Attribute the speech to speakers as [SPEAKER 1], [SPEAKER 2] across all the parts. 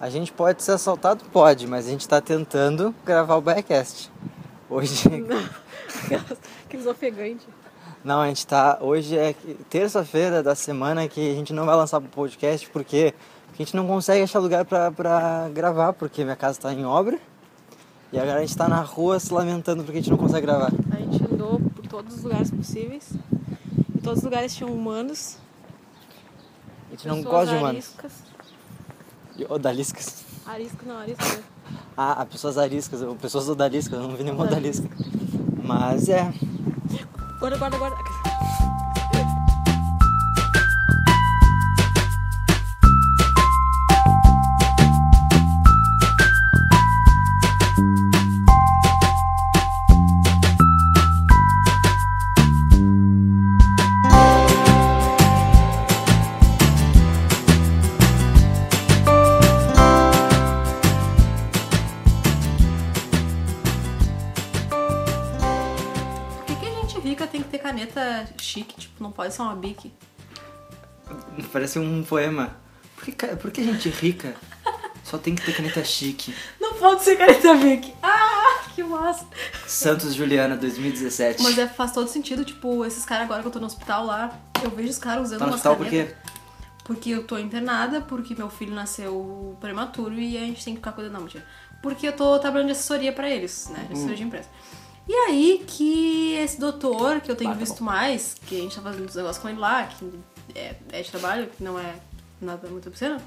[SPEAKER 1] A gente pode ser assaltado? Pode, mas a gente tá tentando gravar o Backcast. Hoje.
[SPEAKER 2] que os ofegantes.
[SPEAKER 1] Não, a gente tá. Hoje é terça-feira da semana que a gente não vai lançar o podcast porque a gente não consegue achar lugar pra, pra gravar, porque minha casa tá em obra. E agora a gente tá na rua se lamentando porque a gente não consegue gravar.
[SPEAKER 2] A gente andou por todos os lugares possíveis. Em todos os lugares tinham humanos.
[SPEAKER 1] A gente não gosta de humanos.
[SPEAKER 2] ariscas.
[SPEAKER 1] E Odaliscas.
[SPEAKER 2] Arisco não, arisco. né?
[SPEAKER 1] Ah, ah, pessoas ariscas, ou pessoas odaliscas, eu não vi nenhuma odalisca. Mas é.
[SPEAKER 2] Guarda, guarda, guarda. Por que, que a gente rica tem que ter caneta chique? Tipo, não pode ser uma bique.
[SPEAKER 1] Parece um poema. Por que, ca- por que gente rica só tem que ter caneta chique?
[SPEAKER 2] Não pode ser caneta bique. Ah, que massa.
[SPEAKER 1] Santos Juliana 2017.
[SPEAKER 2] Mas é, faz todo sentido, tipo, esses caras agora que eu tô no hospital lá, eu vejo os caras usando
[SPEAKER 1] tá no
[SPEAKER 2] umas
[SPEAKER 1] hospital por
[SPEAKER 2] canetas.
[SPEAKER 1] quê?
[SPEAKER 2] Porque eu tô internada, porque meu filho nasceu prematuro e a gente tem que ficar cuidando. Não, mentira. Porque eu tô trabalhando de assessoria pra eles, né? De
[SPEAKER 1] Hum.
[SPEAKER 2] assessoria de imprensa. E aí que esse doutor, que eu tenho
[SPEAKER 1] Ah, tá
[SPEAKER 2] visto mais, que a gente tá fazendo uns negócios com ele lá, que é, é de trabalho, que não é nada muito obsceno,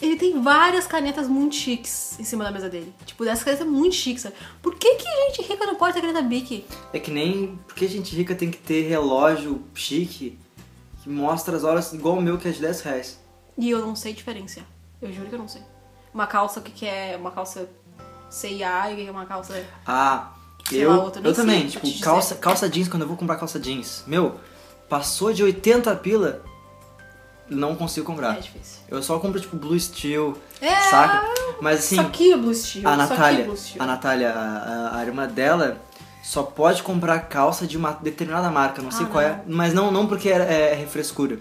[SPEAKER 2] ele tem várias canetas muito chiques em cima da mesa dele. Tipo, dessas canetas muito chiques, sabe? Por que que gente rica não pode ter caneta Bic?
[SPEAKER 1] É que nem. Por que gente rica tem que ter relógio chique que mostra as horas igual o meu que é de 10 reais?
[SPEAKER 2] E eu não sei diferenciar. Eu juro que eu não sei. Uma calça, o que, que é? Uma calça CIA e é uma calça.
[SPEAKER 1] Ah,
[SPEAKER 2] Sei
[SPEAKER 1] eu,
[SPEAKER 2] lá, outro, nem
[SPEAKER 1] eu
[SPEAKER 2] sei
[SPEAKER 1] também.
[SPEAKER 2] pra te
[SPEAKER 1] Tipo,
[SPEAKER 2] dizer.
[SPEAKER 1] calça, calça jeans, quando eu vou comprar calça jeans, meu, passou de 80 pila, não consigo comprar.
[SPEAKER 2] É difícil.
[SPEAKER 1] Eu só compro, tipo, Blue Steel,
[SPEAKER 2] É,
[SPEAKER 1] saca? Mas assim,
[SPEAKER 2] Só que é Blue Steel.
[SPEAKER 1] a
[SPEAKER 2] Só que é
[SPEAKER 1] Natália,
[SPEAKER 2] Blue Steel.
[SPEAKER 1] a Natália, a, a- a irmã dela, só pode comprar calça de uma determinada marca, não sei
[SPEAKER 2] Ah, Hum.
[SPEAKER 1] qual é. Mas não, não porque é, é refrescura.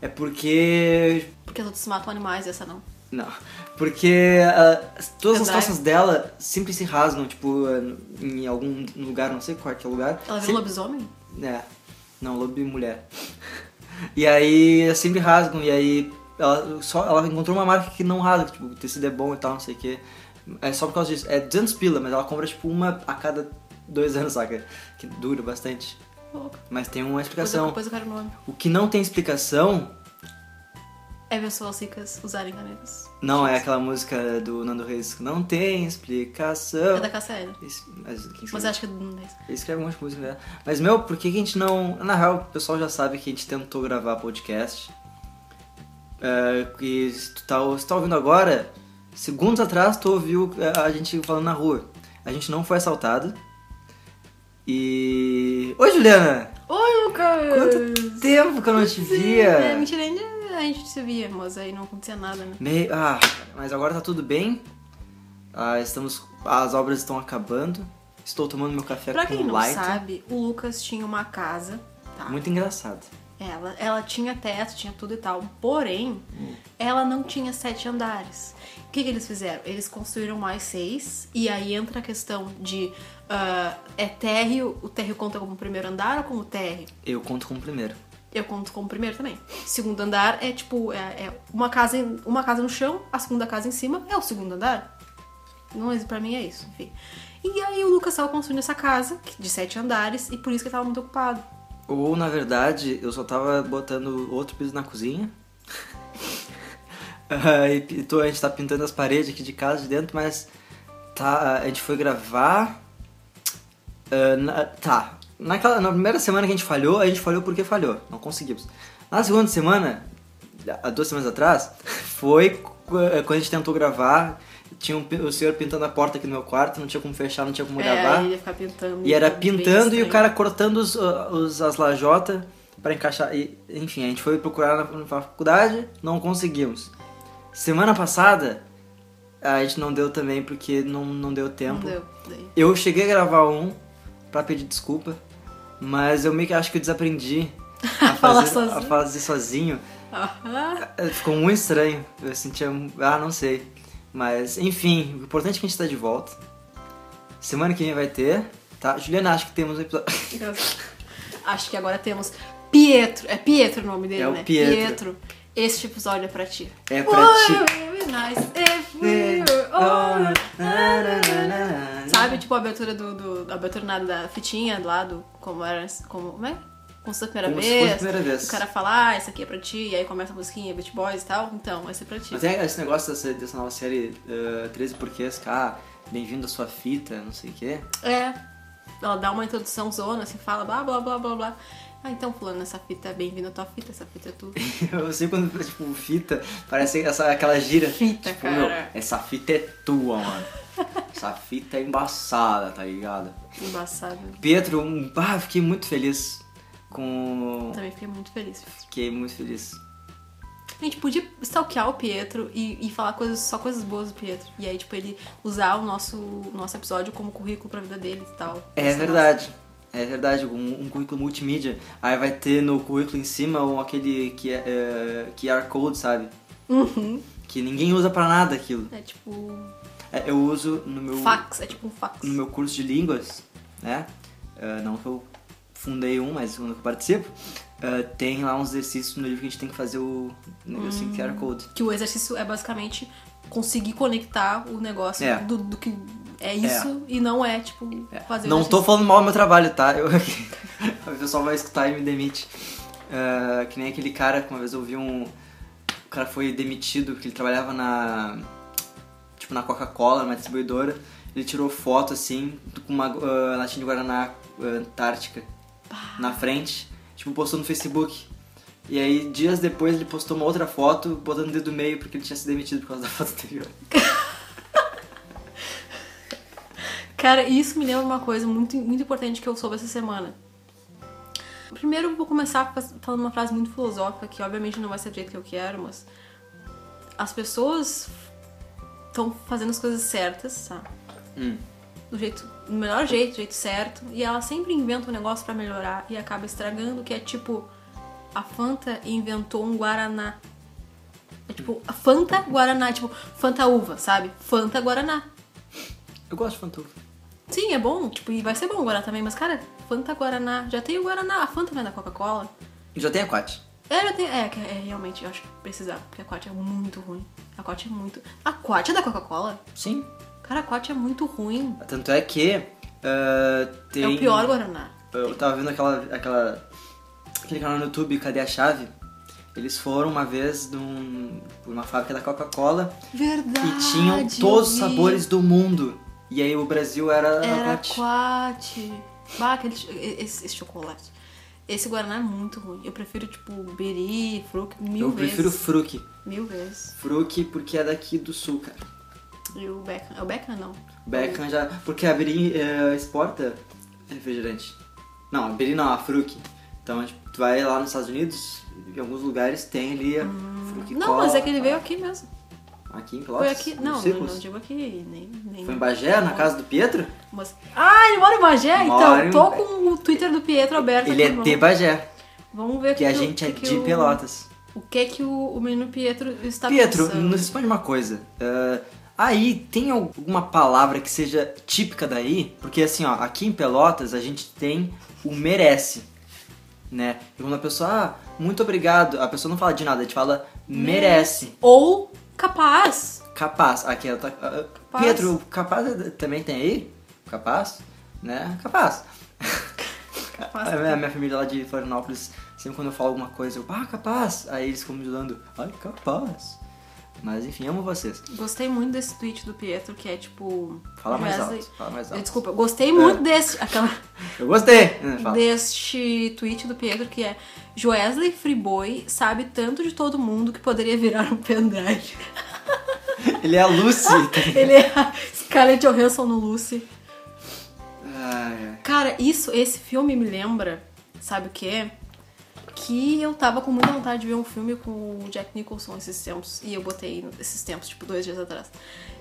[SPEAKER 1] É porque.
[SPEAKER 2] Porque as outras matam animais e essa não.
[SPEAKER 1] Não. Porque ah, todas as
[SPEAKER 2] Pendrive.
[SPEAKER 1] calças dela sempre se rasgam, tipo, em algum lugar, não sei qual que é o lugar.
[SPEAKER 2] Ela viu
[SPEAKER 1] sempre-
[SPEAKER 2] lobisomem?
[SPEAKER 1] é. Não, lobo e mulher. E aí sempre rasgam, e aí ela, só, ela encontrou uma marca que não rasga, tipo, o tecido é bom e tal, não sei o quê. É só por causa disso. É 200 pila, mas ela compra tipo uma a cada dois anos, saca? Que dura bastante.
[SPEAKER 2] Louco.
[SPEAKER 1] Mas tem uma
[SPEAKER 2] Depois eu,
[SPEAKER 1] explicação.
[SPEAKER 2] depois eu quero o nome.
[SPEAKER 1] O que não tem explicação
[SPEAKER 2] É pessoas ricas usarem canetas.
[SPEAKER 1] não é aquela música do Nando Reis. Não tem explicação.
[SPEAKER 2] É da Cassiane.
[SPEAKER 1] Esse- Mas, quem
[SPEAKER 2] Mas
[SPEAKER 1] escreve-
[SPEAKER 2] eu acho que é do mundo desse.
[SPEAKER 1] Ele escreve um monte de música, né? Mas, meu, por que que a gente não. Na real, o pessoal já sabe que a gente tentou gravar podcast. É, e se tu, tá, se tu tá ouvindo agora, segundos atrás tu ouviu é, a gente falando na rua. A gente não foi assaltado. E. Oi, Juliana!
[SPEAKER 2] Oi, Lucas!
[SPEAKER 1] Quanto tempo que eu não te
[SPEAKER 2] É,
[SPEAKER 1] via!
[SPEAKER 2] mentira, ainda a gente se via, mas aí não acontecia nada, né?
[SPEAKER 1] Meio. Ah, mas agora tá tudo bem. Ah, estamos. As obras estão acabando. Estou tomando meu café
[SPEAKER 2] Pra
[SPEAKER 1] Tá com
[SPEAKER 2] quem não
[SPEAKER 1] light.
[SPEAKER 2] sabe, o Lucas tinha uma casa, tá?
[SPEAKER 1] Muito engraçado.
[SPEAKER 2] Ela, ela tinha teto, tinha tudo e tal. Porém,
[SPEAKER 1] Hum.
[SPEAKER 2] ela não tinha sete andares. O que, que eles fizeram? Eles construíram mais seis. E aí entra a questão de ah, é térreo, o térreo conta como primeiro andar ou como térreo?
[SPEAKER 1] Eu conto com o primeiro.
[SPEAKER 2] Eu conto como primeiro também. Segundo andar é tipo, é, é uma, casa em- uma casa no chão, a segunda casa em cima é o segundo andar. Não, mas pra mim é isso, enfim. E aí o Lucas tava construindo essa casa que- de sete andares e por isso que ele tava muito ocupado.
[SPEAKER 1] Ou, na verdade, eu só tava botando outro piso na cozinha. Ah, e pi- tô- a gente tá pintando as paredes aqui de casa de dentro, mas tá, a gente foi gravar. ah, na- tá. Naquela, na primeira semana que a gente falhou, a gente falhou porque falhou. Não conseguimos. Na segunda semana, há duas semanas atrás, foi qu- quando a gente tentou gravar. Tinha um, pi- o senhor pintando a porta aqui no meu quarto, não tinha como fechar, não tinha como
[SPEAKER 2] É,
[SPEAKER 1] gravar.
[SPEAKER 2] aí ele ia ficar pintando.
[SPEAKER 1] E era
[SPEAKER 2] bem
[SPEAKER 1] pintando e o
[SPEAKER 2] estranho.
[SPEAKER 1] cara cortando os, uh, os- as lajotas pra encaixar. E, enfim, a gente foi procurar na, na faculdade, não conseguimos. Semana passada, a gente não deu também porque não, não deu
[SPEAKER 2] Não
[SPEAKER 1] tempo.
[SPEAKER 2] deu, daí.
[SPEAKER 1] Eu cheguei a gravar um pra pedir desculpa, mas eu meio que acho que eu desaprendi a
[SPEAKER 2] Falar
[SPEAKER 1] fazer, a
[SPEAKER 2] sozinho.
[SPEAKER 1] fazer sozinho. É,
[SPEAKER 2] Ah,
[SPEAKER 1] Ficou muito estranho. Eu sentia. um- Ah, não sei. Mas, enfim, o importante é que a gente tá de volta. Semana que vem vai ter, tá? Juliana, acho que temos um episódio.
[SPEAKER 2] Acho que agora temos Pietro. É Pietro o nome dele,
[SPEAKER 1] É o
[SPEAKER 2] né?
[SPEAKER 1] Pietro.
[SPEAKER 2] Este episódio é pra ti.
[SPEAKER 1] É pra ti. É. Ah, né?
[SPEAKER 2] Would it be nice É, if we were all- Sabe, tipo, a abertura do... do a abertura na- da fitinha lá do... Como era... Como, como é? Como se fosse a primeira
[SPEAKER 1] Como se
[SPEAKER 2] vez.
[SPEAKER 1] fosse a primeira vez.
[SPEAKER 2] O cara fala, ah, isso aqui é pra ti. E aí começa a musiquinha, Beat Boys e tal. Então, vai ser pra ti.
[SPEAKER 1] Mas é esse negócio dessa, dessa nova série eh, 13 Porquês, que, ah, bem-vindo à sua fita, não sei o quê.
[SPEAKER 2] É. Ela dá uma introdução zona, assim, fala blá, blá, blá, blá, blá. Ah, então, fulano, essa fita é bem-vinda à tua fita. Essa fita é tua.
[SPEAKER 1] Eu sei quando, tipo, fita, parece essa, aquela gira.
[SPEAKER 2] Fita,
[SPEAKER 1] tipo,
[SPEAKER 2] cara.
[SPEAKER 1] meu, essa fita é tua, mano. essa fita é embaçada, tá ligado?
[SPEAKER 2] Embaçado.
[SPEAKER 1] Pietro, um, bah, fiquei muito feliz com...
[SPEAKER 2] Também fiquei muito feliz.
[SPEAKER 1] Fiquei muito feliz.
[SPEAKER 2] A gente podia stalkear o Pietro e, e falar coisas, só coisas boas do Pietro. E aí, tipo, ele usar o nosso, nosso episódio como currículo pra vida dele e tal.
[SPEAKER 1] É verdade. É verdade, um, um currículo multimídia. Aí vai ter no currículo em cima um, aquele que é, é, QR Code, sabe?
[SPEAKER 2] Uhum.
[SPEAKER 1] Que ninguém usa pra nada aquilo.
[SPEAKER 2] É tipo.
[SPEAKER 1] É, eu uso no meu,
[SPEAKER 2] Fax. É tipo um fax.
[SPEAKER 1] no meu curso de línguas, né? É, não que eu fundei um, mas um que eu participo. é, tem lá uns exercícios no livro que a gente tem que fazer o
[SPEAKER 2] Hum.
[SPEAKER 1] negocinho QR Code.
[SPEAKER 2] Que o exercício é basicamente conseguir conectar o negócio
[SPEAKER 1] É.
[SPEAKER 2] do, do que é isso e não é, tipo,
[SPEAKER 1] É.
[SPEAKER 2] fazer o
[SPEAKER 1] Não tô
[SPEAKER 2] exercício.
[SPEAKER 1] falando mal do meu trabalho, tá? Eu... o pessoal vai escutar e me demite. Ah, que nem aquele cara que uma vez eu vi um. O cara foi demitido, porque ele trabalhava na. Tipo, na Coca-Cola, numa distribuidora. Ele tirou foto assim, com uma ah, latinha de Guaraná ah, Antártica na frente. Tipo, postou no Facebook. E aí, dias depois, ele postou uma outra foto, botando o dedo no meio, porque ele tinha se demitido por causa da foto anterior.
[SPEAKER 2] Cara, isso me lembra uma coisa muito, muito importante que eu soube essa semana. Primeiro eu vou começar faz- falando uma frase muito filosófica, que obviamente não vai ser do jeito que eu quero, mas as pessoas estão fazendo as coisas certas, tá?
[SPEAKER 1] Hum.
[SPEAKER 2] Do jeito, do melhor jeito, do jeito certo, e elas sempre inventam um negócio pra melhorar e acaba estragando, que é tipo a Fanta inventou um guaraná. É tipo a Fanta guaraná, tipo Fanta uva, sabe? Fanta guaraná.
[SPEAKER 1] Eu gosto de fantufa.
[SPEAKER 2] Sim, é bom, tipo, e vai ser bom o Guaraná também, mas cara, Fanta Guaraná, já tem o Guaraná, a Fanta vem da Coca-Cola.
[SPEAKER 1] Já tem a Quat.
[SPEAKER 2] É, já tem, é, que é, realmente, eu acho que precisava, porque a Quat é muito ruim. A Quat é muito. A Quat é da Coca-Cola?
[SPEAKER 1] Sim.
[SPEAKER 2] Cara, a Quat é muito ruim.
[SPEAKER 1] Tanto é que ah, tem.
[SPEAKER 2] É o pior Guaraná.
[SPEAKER 1] Eu tava vendo aquela, aquela. aquele canal no YouTube, Cadê a Chave? Eles foram uma vez num, por uma fábrica da Coca-Cola
[SPEAKER 2] Verdade.
[SPEAKER 1] e tinham todos os
[SPEAKER 2] eu vi.
[SPEAKER 1] sabores do mundo. E aí o Brasil era,
[SPEAKER 2] Era
[SPEAKER 1] Quat.
[SPEAKER 2] Quat. Bah, aquele, ch- esse, esse chocolate. Esse Guaraná é muito ruim. Eu prefiro, tipo, Beri, Fruc, mil
[SPEAKER 1] Eu prefiro
[SPEAKER 2] vezes.
[SPEAKER 1] Fruc.
[SPEAKER 2] Mil vezes.
[SPEAKER 1] Fruc porque é daqui do sul, cara.
[SPEAKER 2] E o Beckham. É o Beckham, não.
[SPEAKER 1] Beckham já. Porque a Beri eh, exporta refrigerante. Não, a Beri não, a Fruc. Então, tipo, tu vai lá nos Estados Unidos, em alguns lugares tem ali a Fruc
[SPEAKER 2] Não,
[SPEAKER 1] Cola,
[SPEAKER 2] mas é que ele
[SPEAKER 1] tá?
[SPEAKER 2] veio aqui mesmo.
[SPEAKER 1] Aqui em
[SPEAKER 2] Foi
[SPEAKER 1] Pelotas?
[SPEAKER 2] aqui.
[SPEAKER 1] nos
[SPEAKER 2] Não, não,
[SPEAKER 1] Círculos?
[SPEAKER 2] não digo aqui, nem. nem
[SPEAKER 1] Foi em Bagé, na casa do Pietro?
[SPEAKER 2] Mas... Ah, ele mora em Bagé?
[SPEAKER 1] Mora em
[SPEAKER 2] então, tô
[SPEAKER 1] Bagé.
[SPEAKER 2] com o Twitter do Pietro aberto
[SPEAKER 1] Ele é
[SPEAKER 2] aqui.
[SPEAKER 1] de
[SPEAKER 2] vamos-
[SPEAKER 1] Bagé,
[SPEAKER 2] Vamos ver
[SPEAKER 1] que a
[SPEAKER 2] o-
[SPEAKER 1] gente é
[SPEAKER 2] que
[SPEAKER 1] de
[SPEAKER 2] o-
[SPEAKER 1] Pelotas.
[SPEAKER 2] O que que o, o menino Pietro está
[SPEAKER 1] Pietro,
[SPEAKER 2] pensando?
[SPEAKER 1] nos responde uma coisa. Ah, aí, tem alguma palavra que seja típica daí? Porque assim, ó, aqui em Pelotas a gente tem o merece, né? E quando a pessoa, ah, muito obrigado, a pessoa não fala de nada, a gente fala merece.
[SPEAKER 2] Ou capaz.
[SPEAKER 1] Capaz, aqui ela tá. ah,
[SPEAKER 2] Capaz.
[SPEAKER 1] Pietro, capaz é- também tem aí? Capaz? Né? Capaz.
[SPEAKER 2] Capaz.
[SPEAKER 1] A minha, a minha família lá de Florianópolis, sempre quando eu falo alguma coisa, eu, ah, capaz! Aí eles ficam me ajudando, ai, capaz! Mas enfim, amo vocês.
[SPEAKER 2] Gostei muito desse tweet do Pietro, que é tipo.
[SPEAKER 1] Fala mais
[SPEAKER 2] Wesley-
[SPEAKER 1] alto, fala mais alto. É.
[SPEAKER 2] Desculpa, gostei muito desse. Aquela.
[SPEAKER 1] Eu gostei! Hum, Fala.
[SPEAKER 2] deste tweet do Pedro que é Joesley Friboi sabe tanto de todo mundo que poderia virar um pendrive.
[SPEAKER 1] Ele é a Lucy!
[SPEAKER 2] Ele é a Scarlett Johansson no Lucy.
[SPEAKER 1] ai, ai.
[SPEAKER 2] Cara, isso, esse filme me lembra, sabe o quê? Que eu tava com muita vontade de ver um filme com o Jack Nicholson esses tempos. E eu botei no- esses tempos, tipo, dois dias atrás.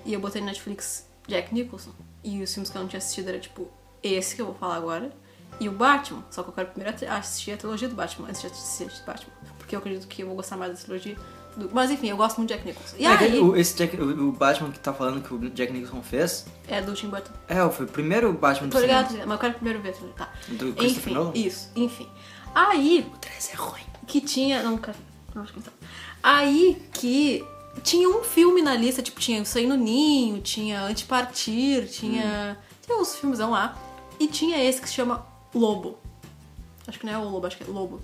[SPEAKER 2] E eu botei no Netflix Jack Nicholson. E os filmes que eu não tinha assistido era, tipo, esse que eu vou falar agora. E o Batman. Só que eu quero primeiro ati- assistir a trilogia do Batman antes de assistir Batman. Porque eu acredito que eu vou gostar mais da trilogia do- Mas enfim, eu gosto muito de Jack Nicholson. E
[SPEAKER 1] É que
[SPEAKER 2] aí,
[SPEAKER 1] o- esse Jack- o, o Batman que tá falando que o Jack Nicholson fez,
[SPEAKER 2] é do Tim Burton.
[SPEAKER 1] é, foi o primeiro Batman
[SPEAKER 2] Tô
[SPEAKER 1] do
[SPEAKER 2] ligado,
[SPEAKER 1] cinema.
[SPEAKER 2] mas eu quero primeiro ver, tá?
[SPEAKER 1] Do Christopher
[SPEAKER 2] Enfim,
[SPEAKER 1] Nolan?
[SPEAKER 2] isso, enfim. Aí. O 3 é ruim. Que tinha. Não, cara. Não, acho que então. Aí que. Tinha um filme na lista, tipo, tinha Isso aí no Ninho, tinha Antipartir, tinha. Tinha uns filmezão lá. E tinha esse que se chama Lobo. Acho que não é o Lobo, acho que é Lobo.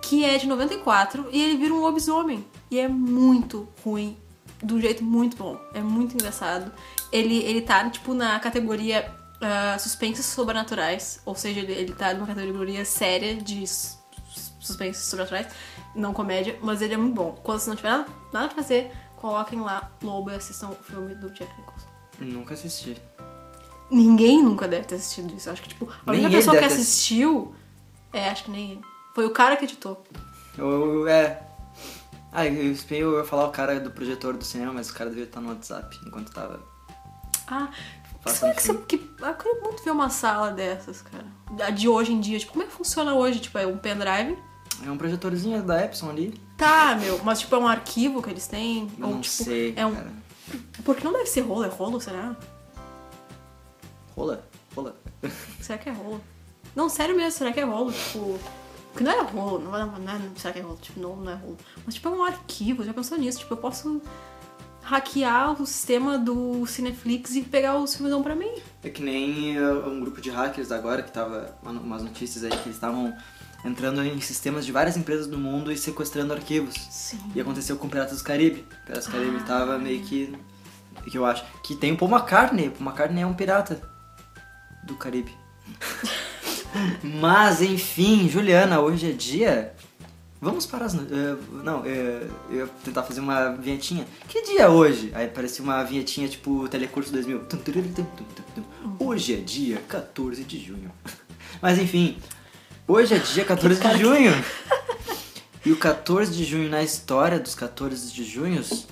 [SPEAKER 2] Que é de 94 e ele vira um lobisomem. E é muito ruim. De um jeito muito bom. É muito engraçado. Ele, ele tá, tipo, na categoria ah, suspensos sobrenaturais. Ou seja, ele, ele tá numa categoria séria de sus- suspensos sobrenaturais. Não comédia, mas ele é muito bom. Quando você não tiver nada, nada pra fazer, coloquem lá Lobo e assistam o filme do Jack Nicholson.
[SPEAKER 1] Nunca assisti.
[SPEAKER 2] Ninguém nunca deve ter assistido isso. Acho que, tipo, a
[SPEAKER 1] Nem
[SPEAKER 2] única
[SPEAKER 1] ele
[SPEAKER 2] pessoa que
[SPEAKER 1] deve ter
[SPEAKER 2] assistiu. É, acho que nem ele. Foi o cara que editou.
[SPEAKER 1] Eu, eu- é. Ah, eu, eu, eu ia falar o cara do projetor do cinema, mas o cara devia estar no WhatsApp enquanto tava.
[SPEAKER 2] Ah,
[SPEAKER 1] Faça
[SPEAKER 2] como é
[SPEAKER 1] um
[SPEAKER 2] que você. Que, eu queria muito ver uma sala dessas, cara. Da- De hoje em dia. Tipo, como é que funciona hoje? Tipo, é um pendrive?
[SPEAKER 1] É um projetorzinho da Epson ali?
[SPEAKER 2] Tá, meu, mas tipo, é um arquivo que eles têm?
[SPEAKER 1] Eu
[SPEAKER 2] ou
[SPEAKER 1] não
[SPEAKER 2] tipo,
[SPEAKER 1] sei,
[SPEAKER 2] é um.
[SPEAKER 1] cara.
[SPEAKER 2] Porque não deve ser rolo, é rolo, será?
[SPEAKER 1] Rola? Rola.
[SPEAKER 2] Será que é rolo? Não, sério mesmo, será que é rolo? Tipo. Porque não era rolo, não, não, não, não será que é rolo? Tipo, não, não é rolo. Mas tipo, é um arquivo, já pensou nisso? Tipo, eu posso hackear o sistema do Cineflix e pegar os filmes pra mim.
[SPEAKER 1] É que nem uh, um grupo de hackers agora que tava uma- umas notícias aí que eles estavam entrando em sistemas de várias empresas do mundo e sequestrando arquivos.
[SPEAKER 2] Sim.
[SPEAKER 1] E aconteceu com Piratas do Caribe. Piratas do Caribe tava meio que que eu acho que tem o Paul McCartney. O Paul McCartney é um pirata do Caribe. Mas enfim, Juliana, hoje é dia. Vamos para as. no- eh, não, eh, eu ia tentar fazer uma vinhetinha. Que dia é hoje? Aí parecia uma vinhetinha tipo Telecurso 2000. Tum, tururu, tum, tum, tum, tum. Hoje é dia 14 de junho. Mas enfim, hoje é dia 14 de junho. E o 14 de junho na história dos 14 de junhos,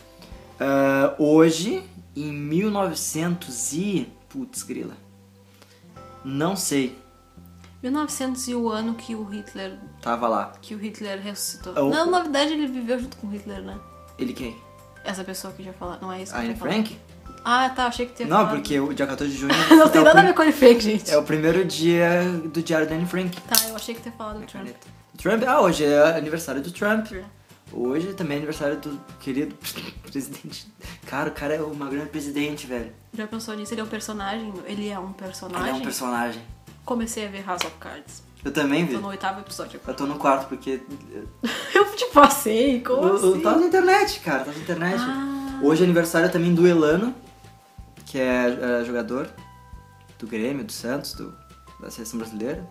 [SPEAKER 1] ah, hoje em 1900 e putz grila. Não sei,
[SPEAKER 2] 1900 e o ano que o Hitler
[SPEAKER 1] tava lá.
[SPEAKER 2] que o Hitler ressuscitou.
[SPEAKER 1] É o-
[SPEAKER 2] Não, na verdade ele viveu junto com o Hitler, né? Ele
[SPEAKER 1] quem?
[SPEAKER 2] Essa pessoa que já falar, não é isso que eu
[SPEAKER 1] Anne
[SPEAKER 2] tô falando.
[SPEAKER 1] Frank?
[SPEAKER 2] Ah, tá, achei que tinha
[SPEAKER 1] Não,
[SPEAKER 2] falado.
[SPEAKER 1] porque o dia 14 de junho
[SPEAKER 2] não
[SPEAKER 1] é,
[SPEAKER 2] tem
[SPEAKER 1] o
[SPEAKER 2] nada a
[SPEAKER 1] prim-
[SPEAKER 2] ver com ele fake, gente.
[SPEAKER 1] é o primeiro dia do diário da Anne Frank.
[SPEAKER 2] Tá, eu achei que tinha falado do Trump.
[SPEAKER 1] Caneta. Trump, ah, hoje é aniversário do Trump.
[SPEAKER 2] Trump.
[SPEAKER 1] Hoje também é aniversário do querido presidente. Cara, o cara é o Magrão é presidente, velho.
[SPEAKER 2] Já pensou nisso? Ele é um personagem? meu? Ele é um personagem?
[SPEAKER 1] Ele é um personagem.
[SPEAKER 2] Comecei a ver House of Cards.
[SPEAKER 1] Eu também vi.
[SPEAKER 2] Tô no oitavo episódio agora.
[SPEAKER 1] Eu tô no quarto porque
[SPEAKER 2] Eu te passei, como
[SPEAKER 1] Eu- eu
[SPEAKER 2] assim?
[SPEAKER 1] tava tá na internet, cara, tava na internet.
[SPEAKER 2] Ah.
[SPEAKER 1] Hoje é aniversário também do Elano, que é, é, jogador do Grêmio, do Santos, do- da seleção brasileira.